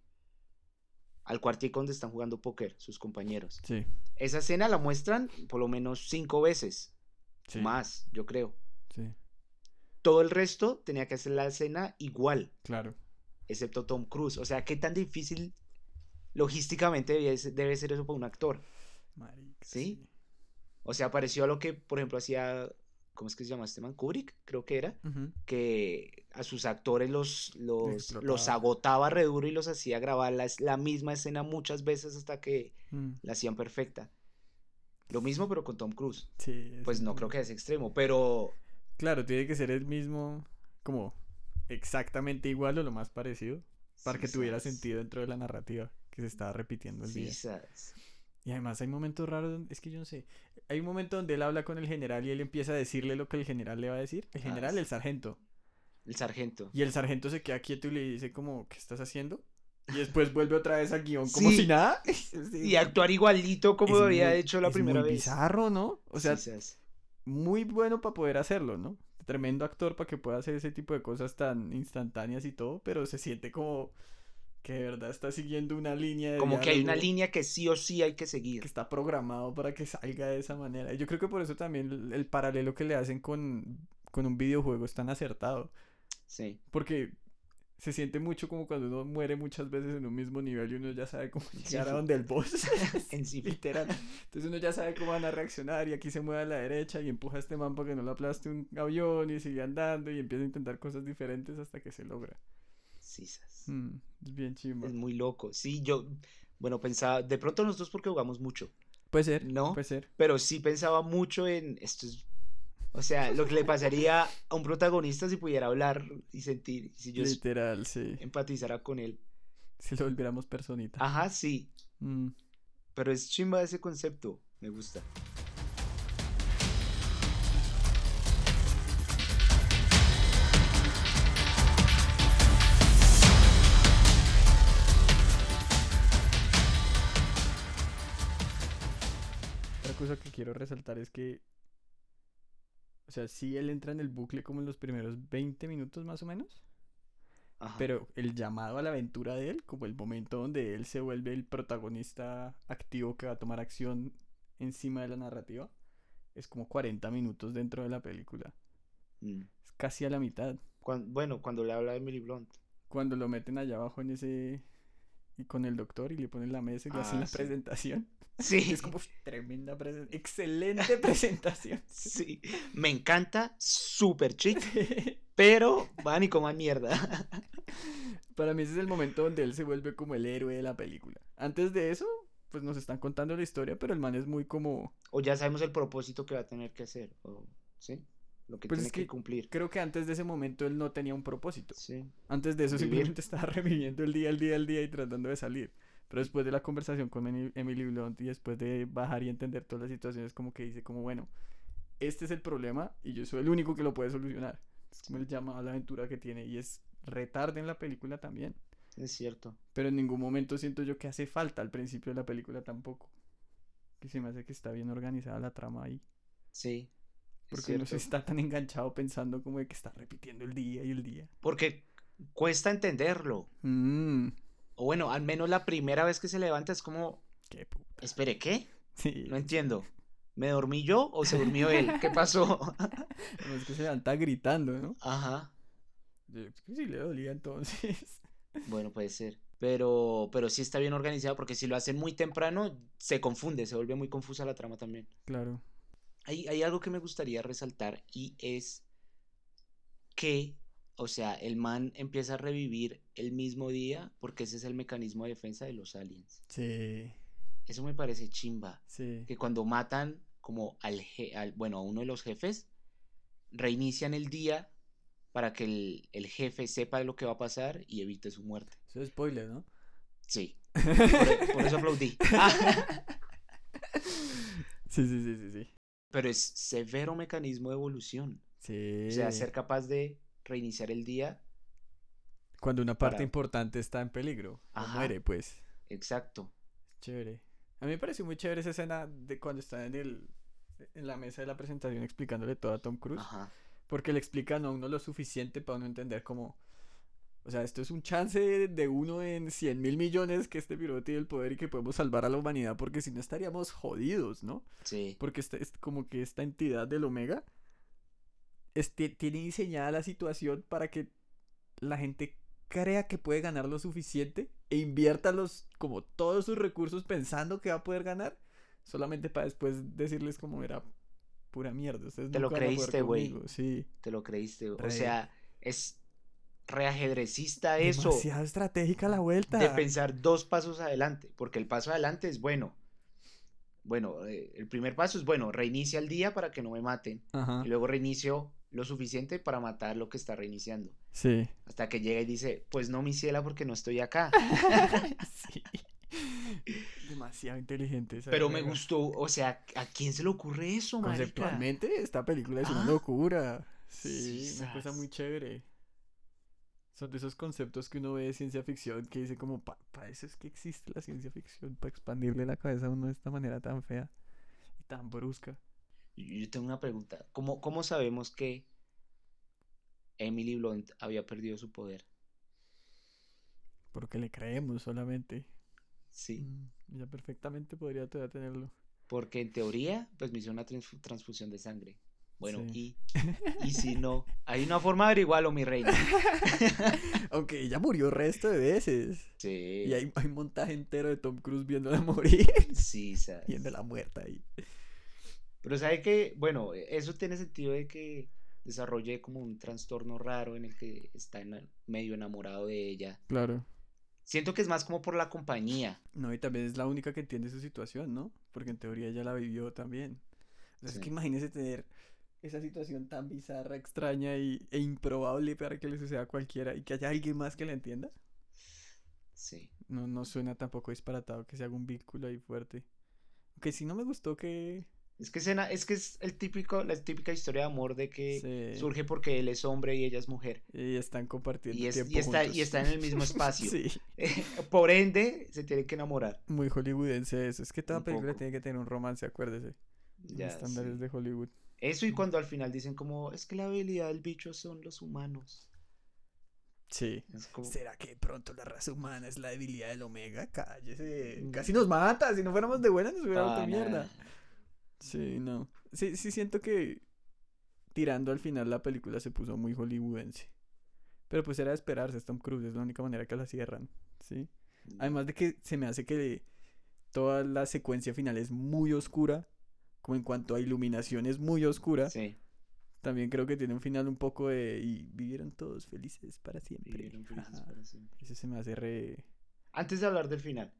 Speaker 2: al cuartico donde están jugando póker, sus compañeros.
Speaker 1: Sí.
Speaker 2: Esa escena la muestran por lo menos cinco veces,
Speaker 1: sí,
Speaker 2: más, yo creo.
Speaker 1: Sí.
Speaker 2: Todo el resto tenía que hacer la escena igual,
Speaker 1: Claro.
Speaker 2: excepto Tom Cruise. O sea, ¿qué tan difícil logísticamente debe ser- debe ser eso para un actor?
Speaker 1: Marica,
Speaker 2: Sí. O sea, pareció a lo que, por ejemplo, hacía, ¿cómo es que se llama este man? Kubrick, creo que era,
Speaker 1: Ujú,
Speaker 2: que a sus actores los, los,
Speaker 1: Explotaba.
Speaker 2: los agotaba re duro y los hacía grabar la, es- la misma escena muchas veces hasta que
Speaker 1: mm,
Speaker 2: la hacían perfecta. Lo mismo, pero con Tom Cruise.
Speaker 1: Sí. es
Speaker 2: Pues no
Speaker 1: muy-
Speaker 2: creo que es extremo, pero
Speaker 1: Claro, tiene que ser el mismo, como exactamente igual o lo más parecido, para que
Speaker 2: Sí,
Speaker 1: tuviera
Speaker 2: sabes.
Speaker 1: sentido dentro de la narrativa que se estaba repitiendo el
Speaker 2: Sí,
Speaker 1: día.
Speaker 2: sabes.
Speaker 1: Y además hay momentos raros, donde- es que yo no sé, hay un momento donde él habla con el general y él empieza a decirle lo que el general le va a decir, el
Speaker 2: Ah,
Speaker 1: general,
Speaker 2: sí.
Speaker 1: el sargento.
Speaker 2: El sargento.
Speaker 1: Y el sargento se queda quieto y le dice como, ¿qué estás haciendo? Y después vuelve otra vez al guión como
Speaker 2: [laughs] Sí.
Speaker 1: si nada. [laughs]
Speaker 2: Y actuar igualito como
Speaker 1: Es
Speaker 2: lo había
Speaker 1: muy-
Speaker 2: hecho la
Speaker 1: es
Speaker 2: primera
Speaker 1: muy
Speaker 2: vez.
Speaker 1: bizarro, ¿no? O sea,
Speaker 2: Sí, sabes.
Speaker 1: muy bueno para poder hacerlo, ¿no? Tremendo actor para que pueda hacer ese tipo de cosas tan instantáneas y todo, pero se siente como que de verdad está siguiendo una línea de
Speaker 2: como que hay una
Speaker 1: diálogo
Speaker 2: línea que sí o sí hay que
Speaker 1: que
Speaker 2: seguir.
Speaker 1: está programado para que salga de esa manera. Yo creo que por eso también el, el paralelo que le hacen con, con un videojuego es tan acertado,
Speaker 2: Sí.
Speaker 1: porque se siente mucho como cuando uno muere muchas veces en un mismo nivel y uno ya sabe cómo llegar a
Speaker 2: sí.
Speaker 1: donde el
Speaker 2: [laughs]
Speaker 1: boss.
Speaker 2: En sí.
Speaker 1: Literal. Entonces uno ya sabe cómo van a reaccionar y aquí se mueve a la derecha y empuja a este man para que no lo aplaste un avión y sigue andando y empieza a intentar cosas diferentes hasta que se logra.
Speaker 2: Sí, sabes.
Speaker 1: Mm, es bien chimba.
Speaker 2: Es muy loco. Sí, yo, bueno, pensaba, de pronto nosotros porque jugamos mucho,
Speaker 1: Puede ser,
Speaker 2: ¿no?
Speaker 1: puede ser.
Speaker 2: pero sí pensaba mucho en esto. es- o sea, lo que le pasaría a un protagonista si pudiera hablar y sentir, si yo eh,
Speaker 1: Literal, sí.
Speaker 2: empatizara con él.
Speaker 1: Si lo volviéramos personita.
Speaker 2: Ajá, sí,
Speaker 1: Mm.
Speaker 2: pero es chimba ese concepto, me gusta.
Speaker 1: Otra cosa que quiero resaltar es que, o sea, sí él entra en el bucle como en los primeros 20 minutos más o menos,
Speaker 2: Ajá.
Speaker 1: pero el llamado a la aventura de él, como el momento donde él se vuelve el protagonista activo que va a tomar acción encima de la narrativa, es como 40 minutos dentro de la película.
Speaker 2: Mm.
Speaker 1: Es casi a la mitad.
Speaker 2: Cuan- bueno, cuando le habla de Emily Blunt. [laughs]
Speaker 1: Cuando lo meten allá abajo en ese... Y con el doctor y le ponen la mesa y le hacen
Speaker 2: Ah,
Speaker 1: la
Speaker 2: sí. [laughs]
Speaker 1: presentación.
Speaker 2: Sí,
Speaker 1: Es como "Uf, tremenda presentación. Excelente
Speaker 2: [laughs]
Speaker 1: presentación. [laughs]
Speaker 2: sí, me encanta, súper chic,
Speaker 1: Sí.
Speaker 2: pero van y coman mierda. [laughs]
Speaker 1: Para mí ese es el momento donde él se vuelve como el héroe de la película. Antes de eso, pues nos están contando la historia, pero el man es muy como...
Speaker 2: o ya sabemos el propósito que va a tener que hacer, o, ¿sí? Lo que
Speaker 1: Pues es
Speaker 2: tiene que,
Speaker 1: que-
Speaker 2: cumplir.
Speaker 1: Creo que antes de ese momento él no tenía un propósito.
Speaker 2: Sí.
Speaker 1: Antes de eso
Speaker 2: Vivir.
Speaker 1: simplemente [laughs] estaba reviviendo el día, el día, el día y tratando de salir. Pero después de la conversación con Emi- Emily Blunt y después de bajar y entender todas las situaciones, como que dice como, bueno, este es el problema y yo soy el único que lo puede solucionar. Es como el llamado a la aventura que tiene y es retarde en la película también.
Speaker 2: Es cierto.
Speaker 1: Pero en ningún momento siento yo que hace falta al principio de la película tampoco. Que se me hace que está bien organizada la trama ahí.
Speaker 2: Sí. es
Speaker 1: Porque no se
Speaker 2: cierto.
Speaker 1: está tan enganchado pensando como de que está repitiendo el día y el día.
Speaker 2: Porque cuesta entenderlo.
Speaker 1: Mmm,
Speaker 2: O bueno, al menos la primera vez que se levanta es como,
Speaker 1: qué puta. [laughs]
Speaker 2: espere, ¿qué?
Speaker 1: Sí.
Speaker 2: No entiendo. ¿Me dormí yo o se durmió él?
Speaker 1: [laughs]
Speaker 2: ¿Qué pasó?
Speaker 1: no, es que se levanta gritando, ¿no?
Speaker 2: Ajá.
Speaker 1: Yo, es que sí le dolía entonces. [laughs]
Speaker 2: Bueno, puede ser. Pero, pero sí está bien organizado porque si lo hacen muy temprano, se confunde, se vuelve muy confusa la trama también.
Speaker 1: Claro.
Speaker 2: Hay, hay algo que me gustaría resaltar y es que, o sea, el man empieza a revivir el mismo día porque ese es el mecanismo de defensa de los aliens.
Speaker 1: Sí.
Speaker 2: Eso me parece chimba.
Speaker 1: Sí.
Speaker 2: Que cuando matan como al, je- al- bueno, a uno de los jefes, reinician el día para que el, el jefe sepa lo que va a pasar y evite su muerte.
Speaker 1: Eso es spoiler, ¿no?
Speaker 2: Sí. Por, por eso aplaudí.
Speaker 1: Sí, sí, sí, sí, sí.
Speaker 2: Pero es severo mecanismo de evolución.
Speaker 1: Sí.
Speaker 2: O sea, ser capaz de reiniciar el día
Speaker 1: Cuando una parte
Speaker 2: para-
Speaker 1: importante está en peligro. o
Speaker 2: Ajá.
Speaker 1: muere, pues.
Speaker 2: Exacto.
Speaker 1: Chévere. A mí me pareció muy chévere esa escena de cuando está en el en la mesa de la presentación explicándole todo a Tom Cruise,
Speaker 2: Ajá.
Speaker 1: porque le explican a uno lo suficiente para uno entender cómo o sea, esto es un chance de uno en 100 mil millones que este piloto tiene el poder y que podemos salvar a la humanidad porque si no estaríamos jodidos, ¿no?
Speaker 2: Sí.
Speaker 1: Porque este, es como que esta entidad del Omega este, tiene diseñada la situación para que la gente crea que puede ganar lo suficiente e invierta los, como todos sus recursos pensando que va a poder ganar, solamente para después decirles como era pura mierda. ustedes
Speaker 2: Te lo
Speaker 1: nunca van a poder
Speaker 2: creíste, güey.
Speaker 1: conmigo". Sí.
Speaker 2: Te lo creíste. O
Speaker 1: Re.
Speaker 2: sea, es reajedrecista eso.
Speaker 1: Demasiado estratégica la vuelta.
Speaker 2: de pensar dos pasos adelante, porque el paso adelante es bueno. Bueno, eh, el primer paso es bueno, reinicia el día para que no me maten. [laughs]
Speaker 1: Ajá.
Speaker 2: Y luego reinicio lo suficiente para matar lo que está reiniciando.
Speaker 1: Sí.
Speaker 2: Hasta que llega y dice, pues no, mi ciela, porque no
Speaker 1: [laughs]
Speaker 2: estoy acá.
Speaker 1: sí. [laughs] Demasiado inteligente. esa
Speaker 2: Pero me
Speaker 1: verga.
Speaker 2: gustó, o sea, ¿a quién se le ocurre eso, marica?
Speaker 1: Conceptualmente, esta película es una
Speaker 2: Ah.
Speaker 1: locura. Sí, una cosa
Speaker 2: Sisas.
Speaker 1: muy chévere. Son de esos conceptos que uno ve de ciencia ficción que dice como, para eso es que existe la ciencia ficción, para expandirle la cabeza a uno de esta manera tan fea y tan brusca.
Speaker 2: Yo yo tengo una pregunta. ¿Cómo, cómo sabemos que Emily Blunt había perdido su poder?
Speaker 1: Porque le creemos solamente.
Speaker 2: Sí.
Speaker 1: Mm, Ella perfectamente podría todavía tenerlo.
Speaker 2: Porque en teoría, pues me hizo una transf- transfusión de sangre. Bueno,
Speaker 1: Sí.
Speaker 2: y, y si no, hay una forma de averiguarlo, mi reina.
Speaker 1: Aunque ella murió resto de veces.
Speaker 2: Sí,
Speaker 1: Y hay, hay un montaje entero de Tom Cruise viéndola [laughs] morir,
Speaker 2: sí, sabes.
Speaker 1: viéndola muerta ahí.
Speaker 2: Pero sabe que, bueno, eso tiene sentido de que desarrolle como un trastorno raro en el que está ena- medio enamorado de ella.
Speaker 1: Claro.
Speaker 2: Siento que es más como por la compañía.
Speaker 1: No, y también es la única que entiende su situación, ¿no? Porque en teoría ella la vivió también. O sea, Es
Speaker 2: Sí.
Speaker 1: que imagínese tener esa situación tan bizarra, extraña y, e improbable para que le suceda a cualquiera y que haya alguien más que la entienda.
Speaker 2: Sí.
Speaker 1: No, no suena tampoco disparatado que se haga un vínculo ahí fuerte. Aunque sí no me gustó que...
Speaker 2: Es que, escena, es, que es el típico, la típica historia de amor de que
Speaker 1: se-
Speaker 2: surge porque él es hombre y ella es mujer. [laughs]
Speaker 1: Y están compartiendo
Speaker 2: Y, es-
Speaker 1: tiempo
Speaker 2: y está, y
Speaker 1: juntos.
Speaker 2: está en el mismo espacio.
Speaker 1: [laughs] Sí,
Speaker 2: Por ende, se tiene que enamorar.
Speaker 1: muy hollywoodense eso. Es que toda
Speaker 2: Un
Speaker 1: película
Speaker 2: poco.
Speaker 1: tiene que tener un romance, acuérdese. Los
Speaker 2: Ya,
Speaker 1: estándares
Speaker 2: sí.
Speaker 1: de Hollywood.
Speaker 2: Eso y cuando al final dicen como, es que la habilidad del bicho son los humanos.
Speaker 1: Sí.
Speaker 2: Es como,
Speaker 1: ¿Será que de pronto la raza humana es la debilidad del Omega? Cállese.
Speaker 2: Mm.
Speaker 1: Casi nos mata. Si no fuéramos de buena, nos hubiera dado
Speaker 2: "Pana".
Speaker 1: mierda. Sí, no. Sí, sí, siento que tirando al final la película se puso muy hollywoodense. Pero pues era de esperarse. es Tom Cruise es la única manera que la cierran. Sí. Además de que se me hace que toda la secuencia final es muy oscura. Como en cuanto a iluminación es muy oscura.
Speaker 2: Sí,
Speaker 1: También creo que tiene un final un poco de. Y vivieron todos felices para siempre. [laughs]
Speaker 2: vivieron felices
Speaker 1: Ajá.
Speaker 2: para siempre.
Speaker 1: Eso se me hace re.
Speaker 2: Antes de hablar del final,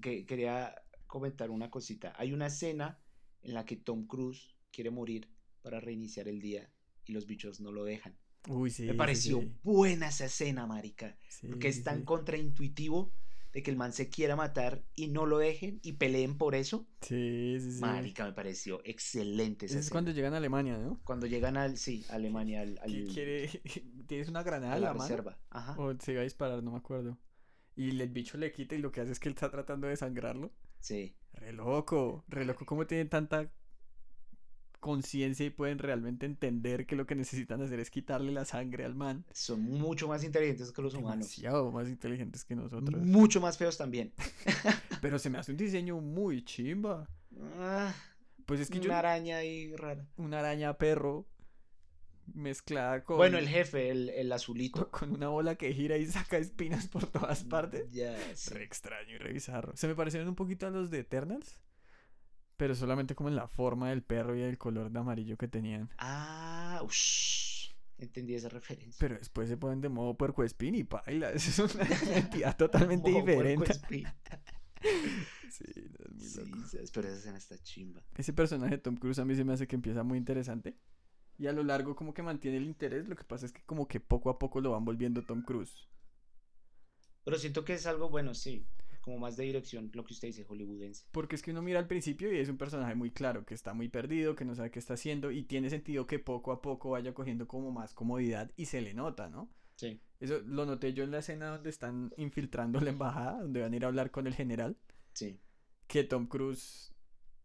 Speaker 2: que- quería comentar una cosita. Hay una escena en la que Tom Cruise quiere morir para reiniciar el día y los bichos no lo dejan.
Speaker 1: Uy, sí.
Speaker 2: Me
Speaker 1: sí,
Speaker 2: pareció
Speaker 1: sí,
Speaker 2: buena esa escena, marica,
Speaker 1: sí,
Speaker 2: porque
Speaker 1: sí,
Speaker 2: es tan
Speaker 1: sí.
Speaker 2: contraintuitivo de que el man se quiera matar y no lo dejen y peleen por eso.
Speaker 1: Sí, sí, sí.
Speaker 2: Marica, me pareció excelente esa
Speaker 1: Eso es
Speaker 2: escena.
Speaker 1: cuando llegan a Alemania, ¿no?
Speaker 2: Cuando llegan al, sí, a Alemania, al, al-
Speaker 1: Que
Speaker 2: [laughs]
Speaker 1: quiere. ¿Tienes una
Speaker 2: a
Speaker 1: granada
Speaker 2: la,
Speaker 1: en la, mano?
Speaker 2: reserva. Ajá.
Speaker 1: O se iba a disparar, no me acuerdo. Y el- el bicho le quita y lo que hace es que él está tratando de sangrarlo.
Speaker 2: Sí,
Speaker 1: Re loco. Re loco cómo tienen tanta conciencia y pueden realmente entender que lo que necesitan hacer es quitarle la sangre al man.
Speaker 2: son mucho más inteligentes que los humanos.
Speaker 1: Demasiado más inteligentes que nosotros.
Speaker 2: Mucho más feos también.
Speaker 1: Pero se me hace un diseño muy chimba.
Speaker 2: Ah,
Speaker 1: Pues es que yo.
Speaker 2: una araña ahí rara.
Speaker 1: una araña perro mezclada con,
Speaker 2: Bueno, el jefe, el, el azulito.
Speaker 1: con, con una bola que gira y saca espinas por todas partes.
Speaker 2: Ya, Mm. sí.
Speaker 1: Re extraño y re bizarro. Se me parecieron un poquito a los de Eternals, pero solamente como en la forma del perro y el color de amarillo que tenían.
Speaker 2: Ah, ush, entendí esa referencia.
Speaker 1: Pero después se ponen de modo puerco espín y paila. [laughs] eso
Speaker 2: [laughs]
Speaker 1: Es una entidad totalmente
Speaker 2: Mojo, puerco,
Speaker 1: diferente.
Speaker 2: espín.
Speaker 1: Sí, no, es [laughs] muy
Speaker 2: Sí,
Speaker 1: loco.
Speaker 2: sabes, pero esa escena está chimba.
Speaker 1: Ese personaje de Tom Cruise a mí se me hace que empieza muy interesante. Y a lo largo como que mantiene el interés. Lo que pasa es que como que poco a poco lo van volviendo Tom Cruise.
Speaker 2: Pero siento que es algo bueno, sí. Como más de dirección, lo que usted dice, hollywoodense.
Speaker 1: Porque es que uno mira al principio y es un personaje muy claro, que está muy perdido, que no sabe qué está haciendo y tiene sentido que poco a poco vaya cogiendo como más comodidad y se le nota, ¿no?
Speaker 2: Sí.
Speaker 1: Eso lo noté yo en la escena donde están infiltrando la embajada, donde van a ir a hablar con el general,
Speaker 2: Sí.
Speaker 1: que Tom Cruise,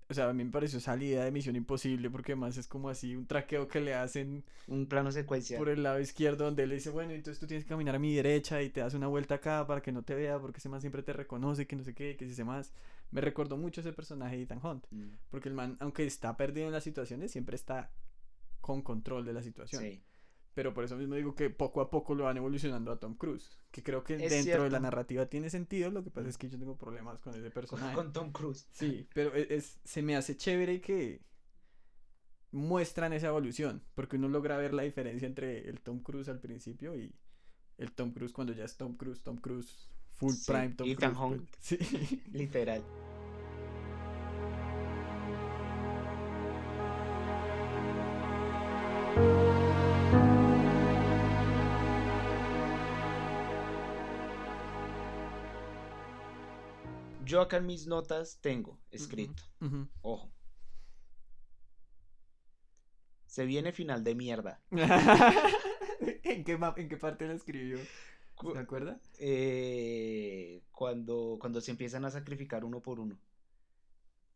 Speaker 1: o sea, a mí me pareció salida de Misión Imposible, porque además es como así un traqueo que le hacen
Speaker 2: Un plano secuencia.
Speaker 1: por el lado izquierdo, donde le dice, bueno, entonces tú tienes que caminar a mi derecha y te das una vuelta acá para que no te vea, porque ese man siempre te reconoce, que no sé qué, que si ese más. Me recordó mucho ese personaje de Ethan Hunt,
Speaker 2: Mm,
Speaker 1: porque el man, aunque está perdido en las situaciones, siempre está con control de la situación.
Speaker 2: Sí.
Speaker 1: Pero por eso mismo digo que poco a poco lo van evolucionando a Tom Cruise. Que creo que
Speaker 2: Es
Speaker 1: dentro de la
Speaker 2: cierto.
Speaker 1: narrativa tiene sentido. Lo que pasa es que yo tengo problemas con ese personaje.
Speaker 2: Con Tom Cruise.
Speaker 1: Sí, pero e- es, se me hace chévere que muestran esa evolución. Porque uno logra ver la diferencia entre el Tom Cruise al principio y el Tom Cruise cuando ya es Tom Cruise, Tom Cruise, full
Speaker 2: Sí,
Speaker 1: prime Tom
Speaker 2: Ethan
Speaker 1: Cruise.
Speaker 2: Hunt.
Speaker 1: pues, sí. [laughs]
Speaker 2: Literal. Yo acá en mis notas tengo escrito, [laughs]
Speaker 1: Ujú.
Speaker 2: ojo. Se viene final de mierda.
Speaker 1: ¿En, qué ma- ¿En qué parte lo escribió? ¿Se acuerda?
Speaker 2: Eh, cuando, cuando se empiezan a sacrificar uno por uno.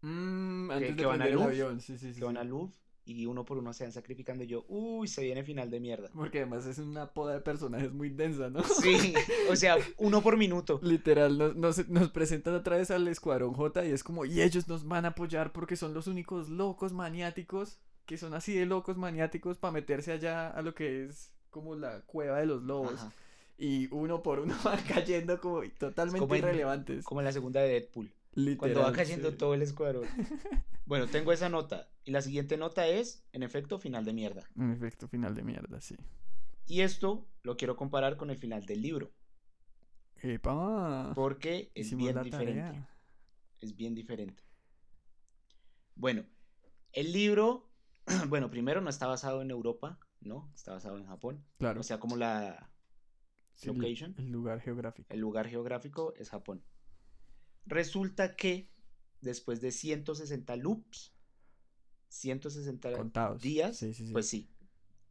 Speaker 1: Mm, antes de
Speaker 2: que van a
Speaker 1: prender el
Speaker 2: luz,
Speaker 1: avión, sí, sí, sí,
Speaker 2: que van
Speaker 1: sí.
Speaker 2: a Louvre y uno por uno se van sacrificando. y Yo, uy, se viene final
Speaker 1: [laughs]
Speaker 2: de mierda.
Speaker 1: Porque además es una poda de personajes muy densa, ¿no?
Speaker 2: Sí, o sea, uno por minuto.
Speaker 1: Literal, nos, nos, nos presentan otra vez al Escuadrón J y es como, y ellos nos van a apoyar porque son los únicos locos maniáticos, que son así de locos maniáticos para meterse allá a lo que es como [laughs] la cueva de los lobos.
Speaker 2: Ajá,
Speaker 1: Y uno por uno [laughs] van cayendo como totalmente
Speaker 2: Como en-
Speaker 1: irrelevantes.
Speaker 2: Como en la segunda de Deadpool, cuando va
Speaker 1: Literal,
Speaker 2: cayendo
Speaker 1: sí.
Speaker 2: todo
Speaker 1: [laughs]
Speaker 2: el escuadrón. Bueno, tengo esa nota. Y la siguiente nota es, en efecto, final de mierda.
Speaker 1: Un efecto final de mierda, sí.
Speaker 2: Y esto lo quiero comparar con el final del libro,
Speaker 1: Epa,
Speaker 2: porque es
Speaker 1: hicimos
Speaker 2: bien
Speaker 1: la
Speaker 2: diferente.
Speaker 1: tarea.
Speaker 2: Es bien diferente. Bueno, el libro, [clears throat] bueno, primero no está basado en Europa, ¿no? Está basado en Japón.
Speaker 1: Claro,
Speaker 2: O sea, como la,
Speaker 1: sí, el-
Speaker 2: location.
Speaker 1: el lugar geográfico.
Speaker 2: El lugar geográfico es Japón. Resulta que después de 160 loops, 160
Speaker 1: Contados.
Speaker 2: días,
Speaker 1: Sí, sí, sí.
Speaker 2: pues sí,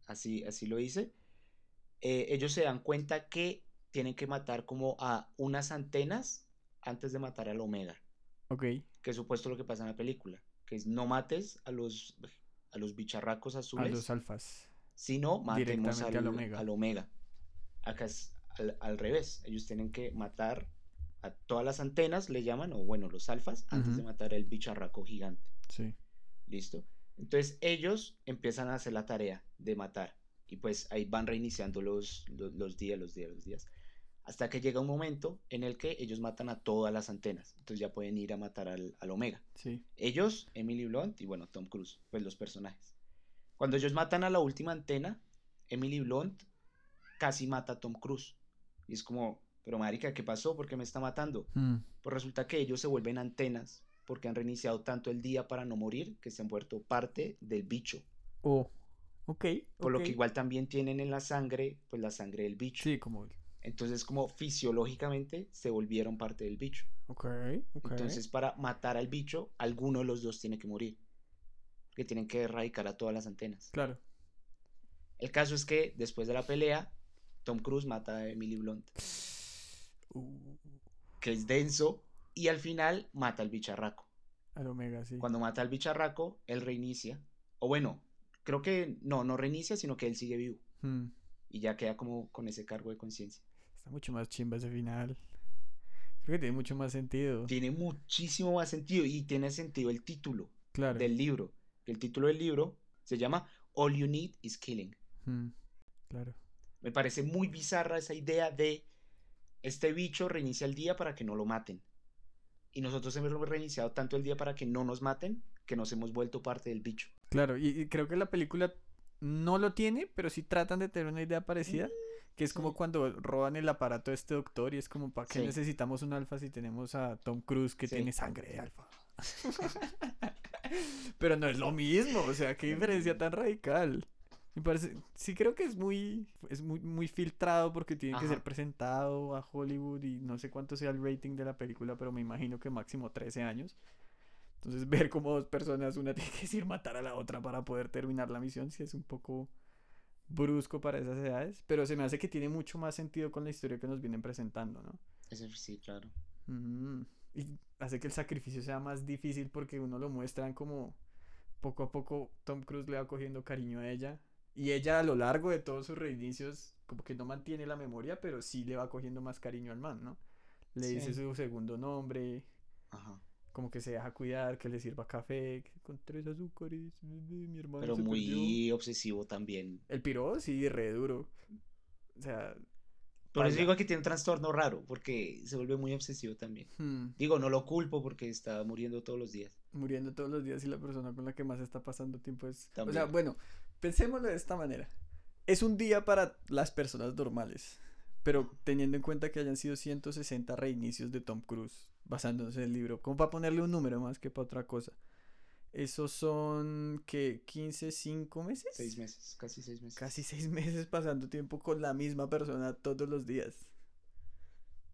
Speaker 2: así, así lo hice, eh, ellos se dan cuenta que tienen que matar como a unas antenas antes de matar al Omega,
Speaker 1: Ok,
Speaker 2: que es supuesto lo que pasa en la película, que es no mates a los, a los bicharracos
Speaker 1: a
Speaker 2: azules,
Speaker 1: los alfas.
Speaker 2: sino matemos
Speaker 1: Directamente al
Speaker 2: al, al
Speaker 1: Omega.
Speaker 2: Omega. Acá es al, al revés. Ellos tienen que matar a todas las antenas, le llaman, o bueno, los alfas, antes de
Speaker 1: Ujú.
Speaker 2: matar al bicharraco gigante.
Speaker 1: Sí.
Speaker 2: ¿Listo? Entonces ellos empiezan a hacer la tarea de matar. Y pues ahí van reiniciando los, los, los días, los días, los días. Hasta que llega un momento en el que ellos matan a todas las antenas. Entonces ya pueden ir a matar al, al Omega.
Speaker 1: Sí.
Speaker 2: Ellos, Emily Blunt y bueno, Tom Cruise, pues los personajes. Cuando ellos matan a la última antena, Emily Blunt casi mata a Tom Cruise. Y es como, pero marica, ¿qué pasó? ¿Por qué me está matando?
Speaker 1: Mm.
Speaker 2: Pues resulta que ellos se vuelven antenas porque han reiniciado tanto el día para no morir que se han vuelto parte del bicho.
Speaker 1: Oh, ok.
Speaker 2: Por lo
Speaker 1: ok.
Speaker 2: que igual también tienen en la sangre, pues la sangre del bicho.
Speaker 1: Sí, como.
Speaker 2: Entonces como fisiológicamente se volvieron parte del bicho.
Speaker 1: Ok, ok.
Speaker 2: Entonces, para matar al bicho, alguno de los dos tiene que morir. Que tienen que erradicar a todas las antenas.
Speaker 1: Claro.
Speaker 2: El caso es que después de la pelea, Tom Cruise mata a Emily Blunt,
Speaker 1: Uh,
Speaker 2: que es denso, y al final mata al bicharraco.
Speaker 1: al Omega, sí.
Speaker 2: Cuando mata al bicharraco, él reinicia. O bueno, creo que no, no reinicia, sino que él sigue vivo.
Speaker 1: Mm.
Speaker 2: Y ya queda como con ese cargo de conciencia.
Speaker 1: Está mucho más chimba ese final. Creo que tiene mucho más sentido.
Speaker 2: Tiene muchísimo más sentido y tiene sentido el título
Speaker 1: claro.
Speaker 2: del libro. El título del libro se llama All You Need Is Killing.
Speaker 1: Mm, Claro.
Speaker 2: Me parece muy bizarra esa idea de este bicho reinicia el día para que no lo maten. Y nosotros hemos reiniciado tanto el día para que no nos maten que nos hemos vuelto parte del bicho.
Speaker 1: Claro. Y, y creo que la película no lo tiene, pero sí tratan de tener una idea parecida. Que es como
Speaker 2: sí.
Speaker 1: cuando roban el aparato de este doctor y es como, ¿para qué
Speaker 2: Sí.
Speaker 1: necesitamos un alfa si tenemos a Tom Cruise que
Speaker 2: Sí.
Speaker 1: tiene sangre de alfa? [laughs] Pero no es lo mismo, o sea, qué
Speaker 2: No es lo
Speaker 1: diferencia
Speaker 2: mismo.
Speaker 1: tan radical. Me parece, sí creo que es muy, es muy, muy filtrado porque tiene que ser
Speaker 2: Ajá.
Speaker 1: presentado a Hollywood y no sé cuánto sea el rating de la película, pero me imagino que máximo 13 años. Entonces [laughs] ver [laughs] como dos personas, una tiene que decir matar a la otra para poder terminar la misión, sí es un poco brusco para esas edades, pero se me hace que tiene mucho más sentido con la historia que nos vienen presentando, ¿no?
Speaker 2: Eso sí, claro.
Speaker 1: Mm, Y hace que el sacrificio sea más difícil porque uno lo muestran como poco a poco Tom Cruise le va cogiendo cariño a ella. Y ella a lo largo de todos sus reinicios como que no mantiene la memoria, pero sí le va cogiendo más cariño al man, ¿no? Le dice
Speaker 2: Sí.
Speaker 1: su segundo nombre,
Speaker 2: Ajá.
Speaker 1: como que se deja cuidar, que le sirva café, que con tres azúcares, bebé, mi hermano
Speaker 2: Pero
Speaker 1: se perdió.
Speaker 2: muy obsesivo también.
Speaker 1: El piro sí, re duro. O sea,
Speaker 2: Por eso
Speaker 1: Baila.
Speaker 2: digo que tiene un trastorno raro, porque se vuelve muy obsesivo también.
Speaker 1: hmm,
Speaker 2: Digo, no lo culpo porque está muriendo todos los días.
Speaker 1: muriendo todos los días y la persona con la que más está pasando tiempo es... O sea,
Speaker 2: También.
Speaker 1: bueno, pensémoslo de esta manera. Es un día para las personas normales, pero teniendo en cuenta que hayan sido 160 reinicios de Tom Cruise, basándose en el libro, como para ponerle un número más que para otra cosa. Esos son, que 15, 5 meses.
Speaker 2: Seis meses, casi seis meses.
Speaker 1: Casi seis [laughs] meses pasando tiempo con la misma persona todos los días.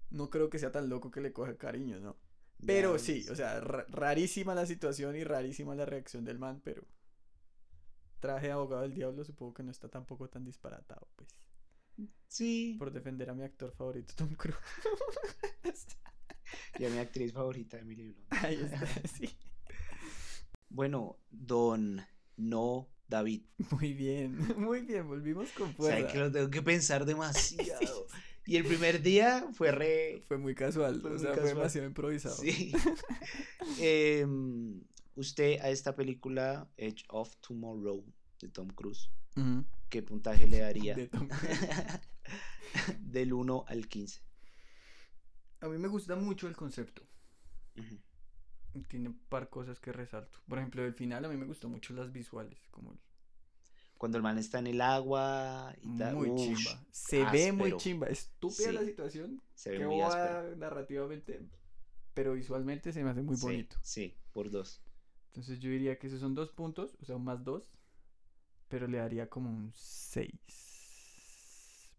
Speaker 1: No creo que sea tan loco que le coja cariño, ¿no?
Speaker 2: Ya,
Speaker 1: Pero sí, o sea, ra- rarísima la situación y rarísima la reacción del man, pero traje de abogado del diablo, supongo que no está tampoco tan disparatado, pues.
Speaker 2: Sí.
Speaker 1: Por defender a mi actor favorito, Tom
Speaker 2: [laughs]
Speaker 1: Cruise.
Speaker 2: Y a mi actriz favorita, Emily Blunt.
Speaker 1: Ahí [laughs] está, sí.
Speaker 2: Bueno, don no David.
Speaker 1: Muy bien, [laughs] muy bien, volvimos con
Speaker 2: O sea,
Speaker 1: fuerza.
Speaker 2: que lo tengo que
Speaker 1: [laughs]
Speaker 2: pensar demasiado. Y el primer día fue re.
Speaker 1: Fue muy casual,
Speaker 2: Fue
Speaker 1: o
Speaker 2: muy
Speaker 1: sea, fue
Speaker 2: casual.
Speaker 1: demasiado improvisado.
Speaker 2: Sí. [laughs] Em, usted a esta película, Edge of Tomorrow, de Tom Cruise,
Speaker 1: Ujú.
Speaker 2: ¿qué puntaje le daría?
Speaker 1: De Tom Cruise.
Speaker 2: [laughs] Del 1 al 15.
Speaker 1: A mí me gusta mucho el concepto.
Speaker 2: Ujú.
Speaker 1: tiene un par cosas que resalto. Por ejemplo, el final a mí me gustó mucho las visuales, como
Speaker 2: Cuando el man está en el agua y tal.
Speaker 1: muy
Speaker 2: Ush,
Speaker 1: chimba. Se ve muy
Speaker 2: áspero.
Speaker 1: chimba, estúpida la
Speaker 2: Sí.
Speaker 1: situación,
Speaker 2: Se
Speaker 1: qué
Speaker 2: ve muy áspero.
Speaker 1: bobada narrativamente, pero visualmente se me hace muy
Speaker 2: Sí,
Speaker 1: bonito.
Speaker 2: Sí, por dos.
Speaker 1: Entonces yo diría que esos son dos puntos, o sea, un más dos, pero le daría como un 6.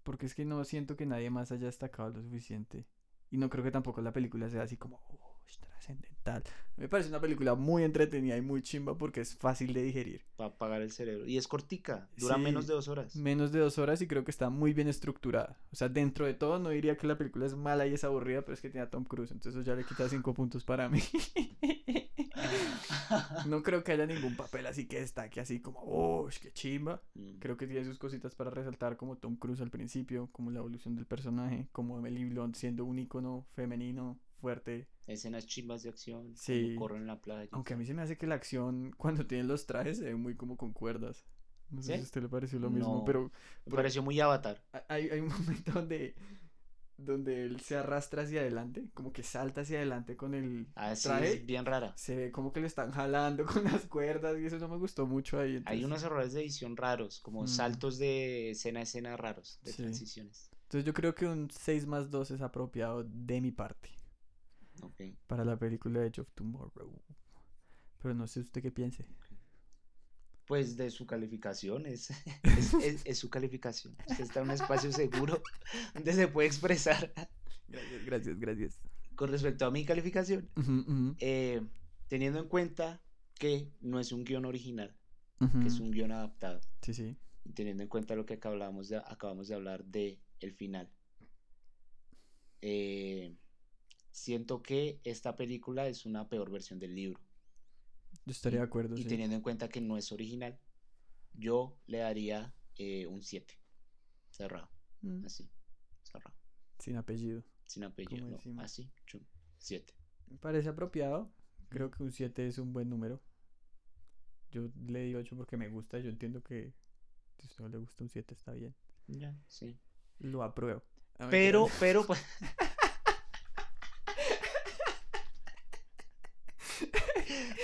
Speaker 1: Porque es que no siento que nadie más haya destacado lo suficiente. Y no creo que tampoco la película sea así como "Ush, trascendental. Me parece una película muy entretenida y muy chimba porque es fácil de digerir.
Speaker 2: Para apagar el cerebro. Y es cortica, dura menos
Speaker 1: Sí.
Speaker 2: de dos horas.
Speaker 1: menos de dos horas y creo que está muy bien estructurada. O sea, dentro de todo no diría que la película es mala y es aburrida, pero es que tiene a Tom Cruise, entonces eso ya le quita cinco puntos para
Speaker 2: [laughs]
Speaker 1: mí. no creo que haya ningún papel así que destaque así como, oh, qué chimba.
Speaker 2: Mm.
Speaker 1: Creo que tiene sus cositas para resaltar como Tom Cruise al principio, como la evolución del personaje, como Emily Blunt siendo un ícono femenino fuerte.
Speaker 2: Escenas chimbas de acción.
Speaker 1: Sí.
Speaker 2: Cuando corren en la playa.
Speaker 1: Aunque a mí se me hace que la acción cuando tienen los trajes se ve muy como con cuerdas. No sé
Speaker 2: ¿Sí?
Speaker 1: si a usted le pareció lo mismo,
Speaker 2: No.
Speaker 1: pero
Speaker 2: Me pareció muy avatar.
Speaker 1: a- Hay, hay un [laughs] momento donde, donde él se arrastra hacia adelante, como que salta hacia adelante con el
Speaker 2: Así
Speaker 1: traje.
Speaker 2: es bien rara.
Speaker 1: Se ve como que lo están jalando [laughs] con las cuerdas y eso no me gustó mucho ahí.
Speaker 2: Hay
Speaker 1: entonces-
Speaker 2: unos errores de edición raros, como
Speaker 1: Mm.
Speaker 2: saltos de escena a escena raros, de
Speaker 1: Sí.
Speaker 2: transiciones.
Speaker 1: Entonces yo creo que un 6 más 2 es apropiado de mi parte
Speaker 2: Ok.
Speaker 1: para la película Edge of Tomorrow. Pero no sé usted qué piense.
Speaker 2: Pues de su calificación, es, [laughs]
Speaker 1: [laughs]
Speaker 2: es, es- es su calificación. Usted está en un espacio seguro [laughs] donde se puede expresar. [laughs]
Speaker 1: Gracias, gracias, gracias.
Speaker 2: Con respecto a mi calificación, eh, teniendo en cuenta que no es un guión original, que
Speaker 1: Mm.
Speaker 2: es un guión adaptado,
Speaker 1: Sí, sí.
Speaker 2: y teniendo en cuenta lo que acabamos de, acabamos de hablar de el final, eh, siento que esta película es una peor versión del libro.
Speaker 1: Yo estaría de acuerdo.
Speaker 2: Y
Speaker 1: sí.
Speaker 2: teniendo en cuenta que no es original, yo le daría eh, un 7. Cerrado,
Speaker 1: Mm,
Speaker 2: así. Cerrado.
Speaker 1: Sin apellido.
Speaker 2: Sin apellido.
Speaker 1: Como
Speaker 2: no,
Speaker 1: decimos.
Speaker 2: así, 7.
Speaker 1: Me parece apropiado. Creo que un 7 es un buen número. Yo le di 8 porque me gusta. Yo entiendo que si a usted no le gusta un 7 está bien.
Speaker 2: Ya, sí.
Speaker 1: Lo apruebo. Ah,
Speaker 2: Pero,
Speaker 1: mentira.
Speaker 2: pero, pues-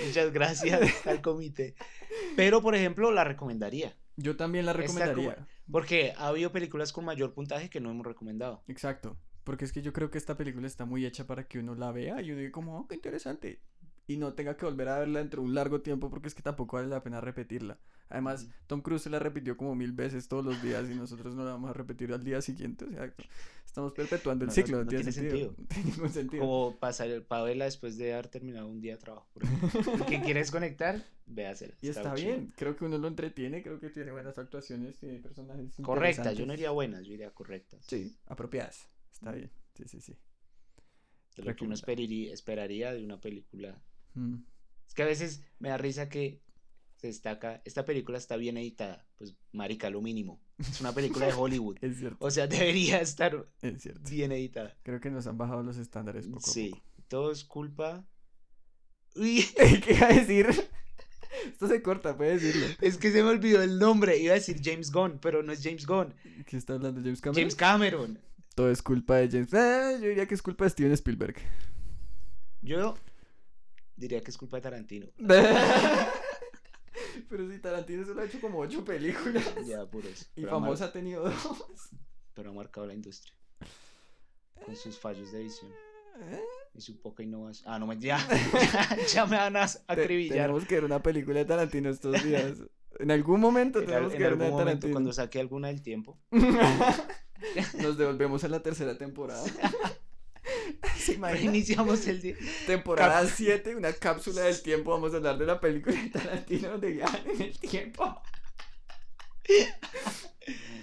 Speaker 2: Muchas gracias al comité. Pero, por ejemplo, la recomendaría.
Speaker 1: Yo también la
Speaker 2: Está como-
Speaker 1: recomendaría.
Speaker 2: Porque ha habido películas con mayor puntaje que no hemos recomendado.
Speaker 1: Exacto. Porque es que yo creo que esta película está muy hecha para que uno la vea y uno diga como, oh, qué interesante. y no tenga que volver a verla dentro de un largo tiempo porque es que tampoco vale la pena repetirla. Además,
Speaker 2: Ujú.
Speaker 1: Tom Cruise se la repitió como mil veces todos los días y nosotros no la vamos a repetir al día siguiente. O sea, estamos perpetuando el
Speaker 2: No, no-
Speaker 1: ciclo, no,
Speaker 2: no
Speaker 1: tiene,
Speaker 2: tiene
Speaker 1: sentido. [laughs] No tiene ningún sentido.
Speaker 2: Como pasar el Pavela después de haber terminado un día de trabajo. por ejemplo. El que quiere desconectar, véasela.
Speaker 1: Y está,
Speaker 2: muy
Speaker 1: bien, creo que uno lo entretiene, creo que tiene buenas actuaciones, tiene personajes
Speaker 2: chida. Correctas, yo no
Speaker 1: interesantes.
Speaker 2: diría buenas, yo diría correctas.
Speaker 1: Sí, apropiadas. Está bien, sí, sí, sí.
Speaker 2: De lo que uno
Speaker 1: recomendable.
Speaker 2: esperaría, esperaría de una película.
Speaker 1: Mm.
Speaker 2: Es que a veces me da risa que se destaca. Esta película está bien editada. Pues, marica, lo mínimo. Es una película de Hollywood.
Speaker 1: Es cierto,
Speaker 2: O sea, [laughs] debería estar
Speaker 1: es cierto.
Speaker 2: bien editada.
Speaker 1: Creo que nos han bajado los estándares poco a
Speaker 2: Sí,
Speaker 1: poco. [laughs]
Speaker 2: todo es culpa. Uy, [laughs]
Speaker 1: ¿Qué iba a decir? [laughs] Esto se corta, puede decirlo.
Speaker 2: es que se me olvidó el nombre. Iba a decir James Gunn, pero no es James Gunn.
Speaker 1: ¿Qué está hablando James Cameron?
Speaker 2: James Cameron.
Speaker 1: Todo es culpa de James. Ah, yo diría que es culpa de Steven
Speaker 2: [laughs]
Speaker 1: Spielberg. [laughs]
Speaker 2: Yo diría que es culpa de Tarantino.
Speaker 1: Pero si Tarantino solo ha hecho como ocho películas.
Speaker 2: Ya, por eso.
Speaker 1: Y
Speaker 2: Pero ha mar-
Speaker 1: famosa ha tenido dos.
Speaker 2: pero ha marcado la industria. Con sus fallos de visión.
Speaker 1: ¿Eh?
Speaker 2: Y su poca innovación. Ah, no, me- ya. [laughs] ya me van a s-
Speaker 1: Te-
Speaker 2: acribillar.
Speaker 1: tenemos que ver una película de Tarantino estos
Speaker 2: [laughs]
Speaker 1: días. En algún momento
Speaker 2: En, al-
Speaker 1: tenemos
Speaker 2: en
Speaker 1: que ver una
Speaker 2: algún
Speaker 1: de
Speaker 2: momento,
Speaker 1: Tarantino.
Speaker 2: cuando saque alguna del tiempo. [laughs]
Speaker 1: Nos devolvemos a la tercera temporada. [laughs] ¿Se imagina?
Speaker 2: Iniciamos el día.
Speaker 1: Temporada 7, una cápsula del tiempo. Vamos a hablar de la película de Tarantino de viajar en el
Speaker 2: [laughs]
Speaker 1: tiempo.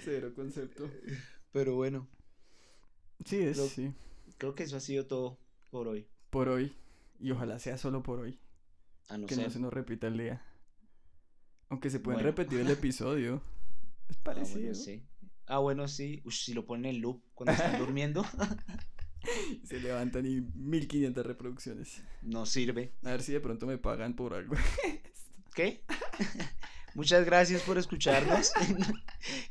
Speaker 1: Cero concepto.
Speaker 2: Pero bueno,
Speaker 1: Sí, es.
Speaker 2: Lo-
Speaker 1: Sí.
Speaker 2: creo que eso ha sido todo por hoy.
Speaker 1: Por hoy. Y ojalá sea solo por hoy.
Speaker 2: A Ah, no
Speaker 1: que
Speaker 2: ser.
Speaker 1: no se nos repita el día. Aunque se pueden
Speaker 2: Bueno.
Speaker 1: repetir el
Speaker 2: [laughs]
Speaker 1: episodio. Es
Speaker 2: Ah,
Speaker 1: parecido.
Speaker 2: bueno, sí. Ah, bueno, sí. Ush, si lo ponen en loop cuando
Speaker 1: [laughs]
Speaker 2: están durmiendo,
Speaker 1: Se levantan y 1500 reproducciones.
Speaker 2: no sirve.
Speaker 1: A ver si de pronto me pagan por algo.
Speaker 2: ¿Qué? [laughs] Muchas gracias por [laughs]
Speaker 1: [laughs]
Speaker 2: escucharnos.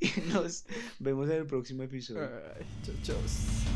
Speaker 2: y nos vemos en el próximo episodio.
Speaker 1: Ay, chao, chao.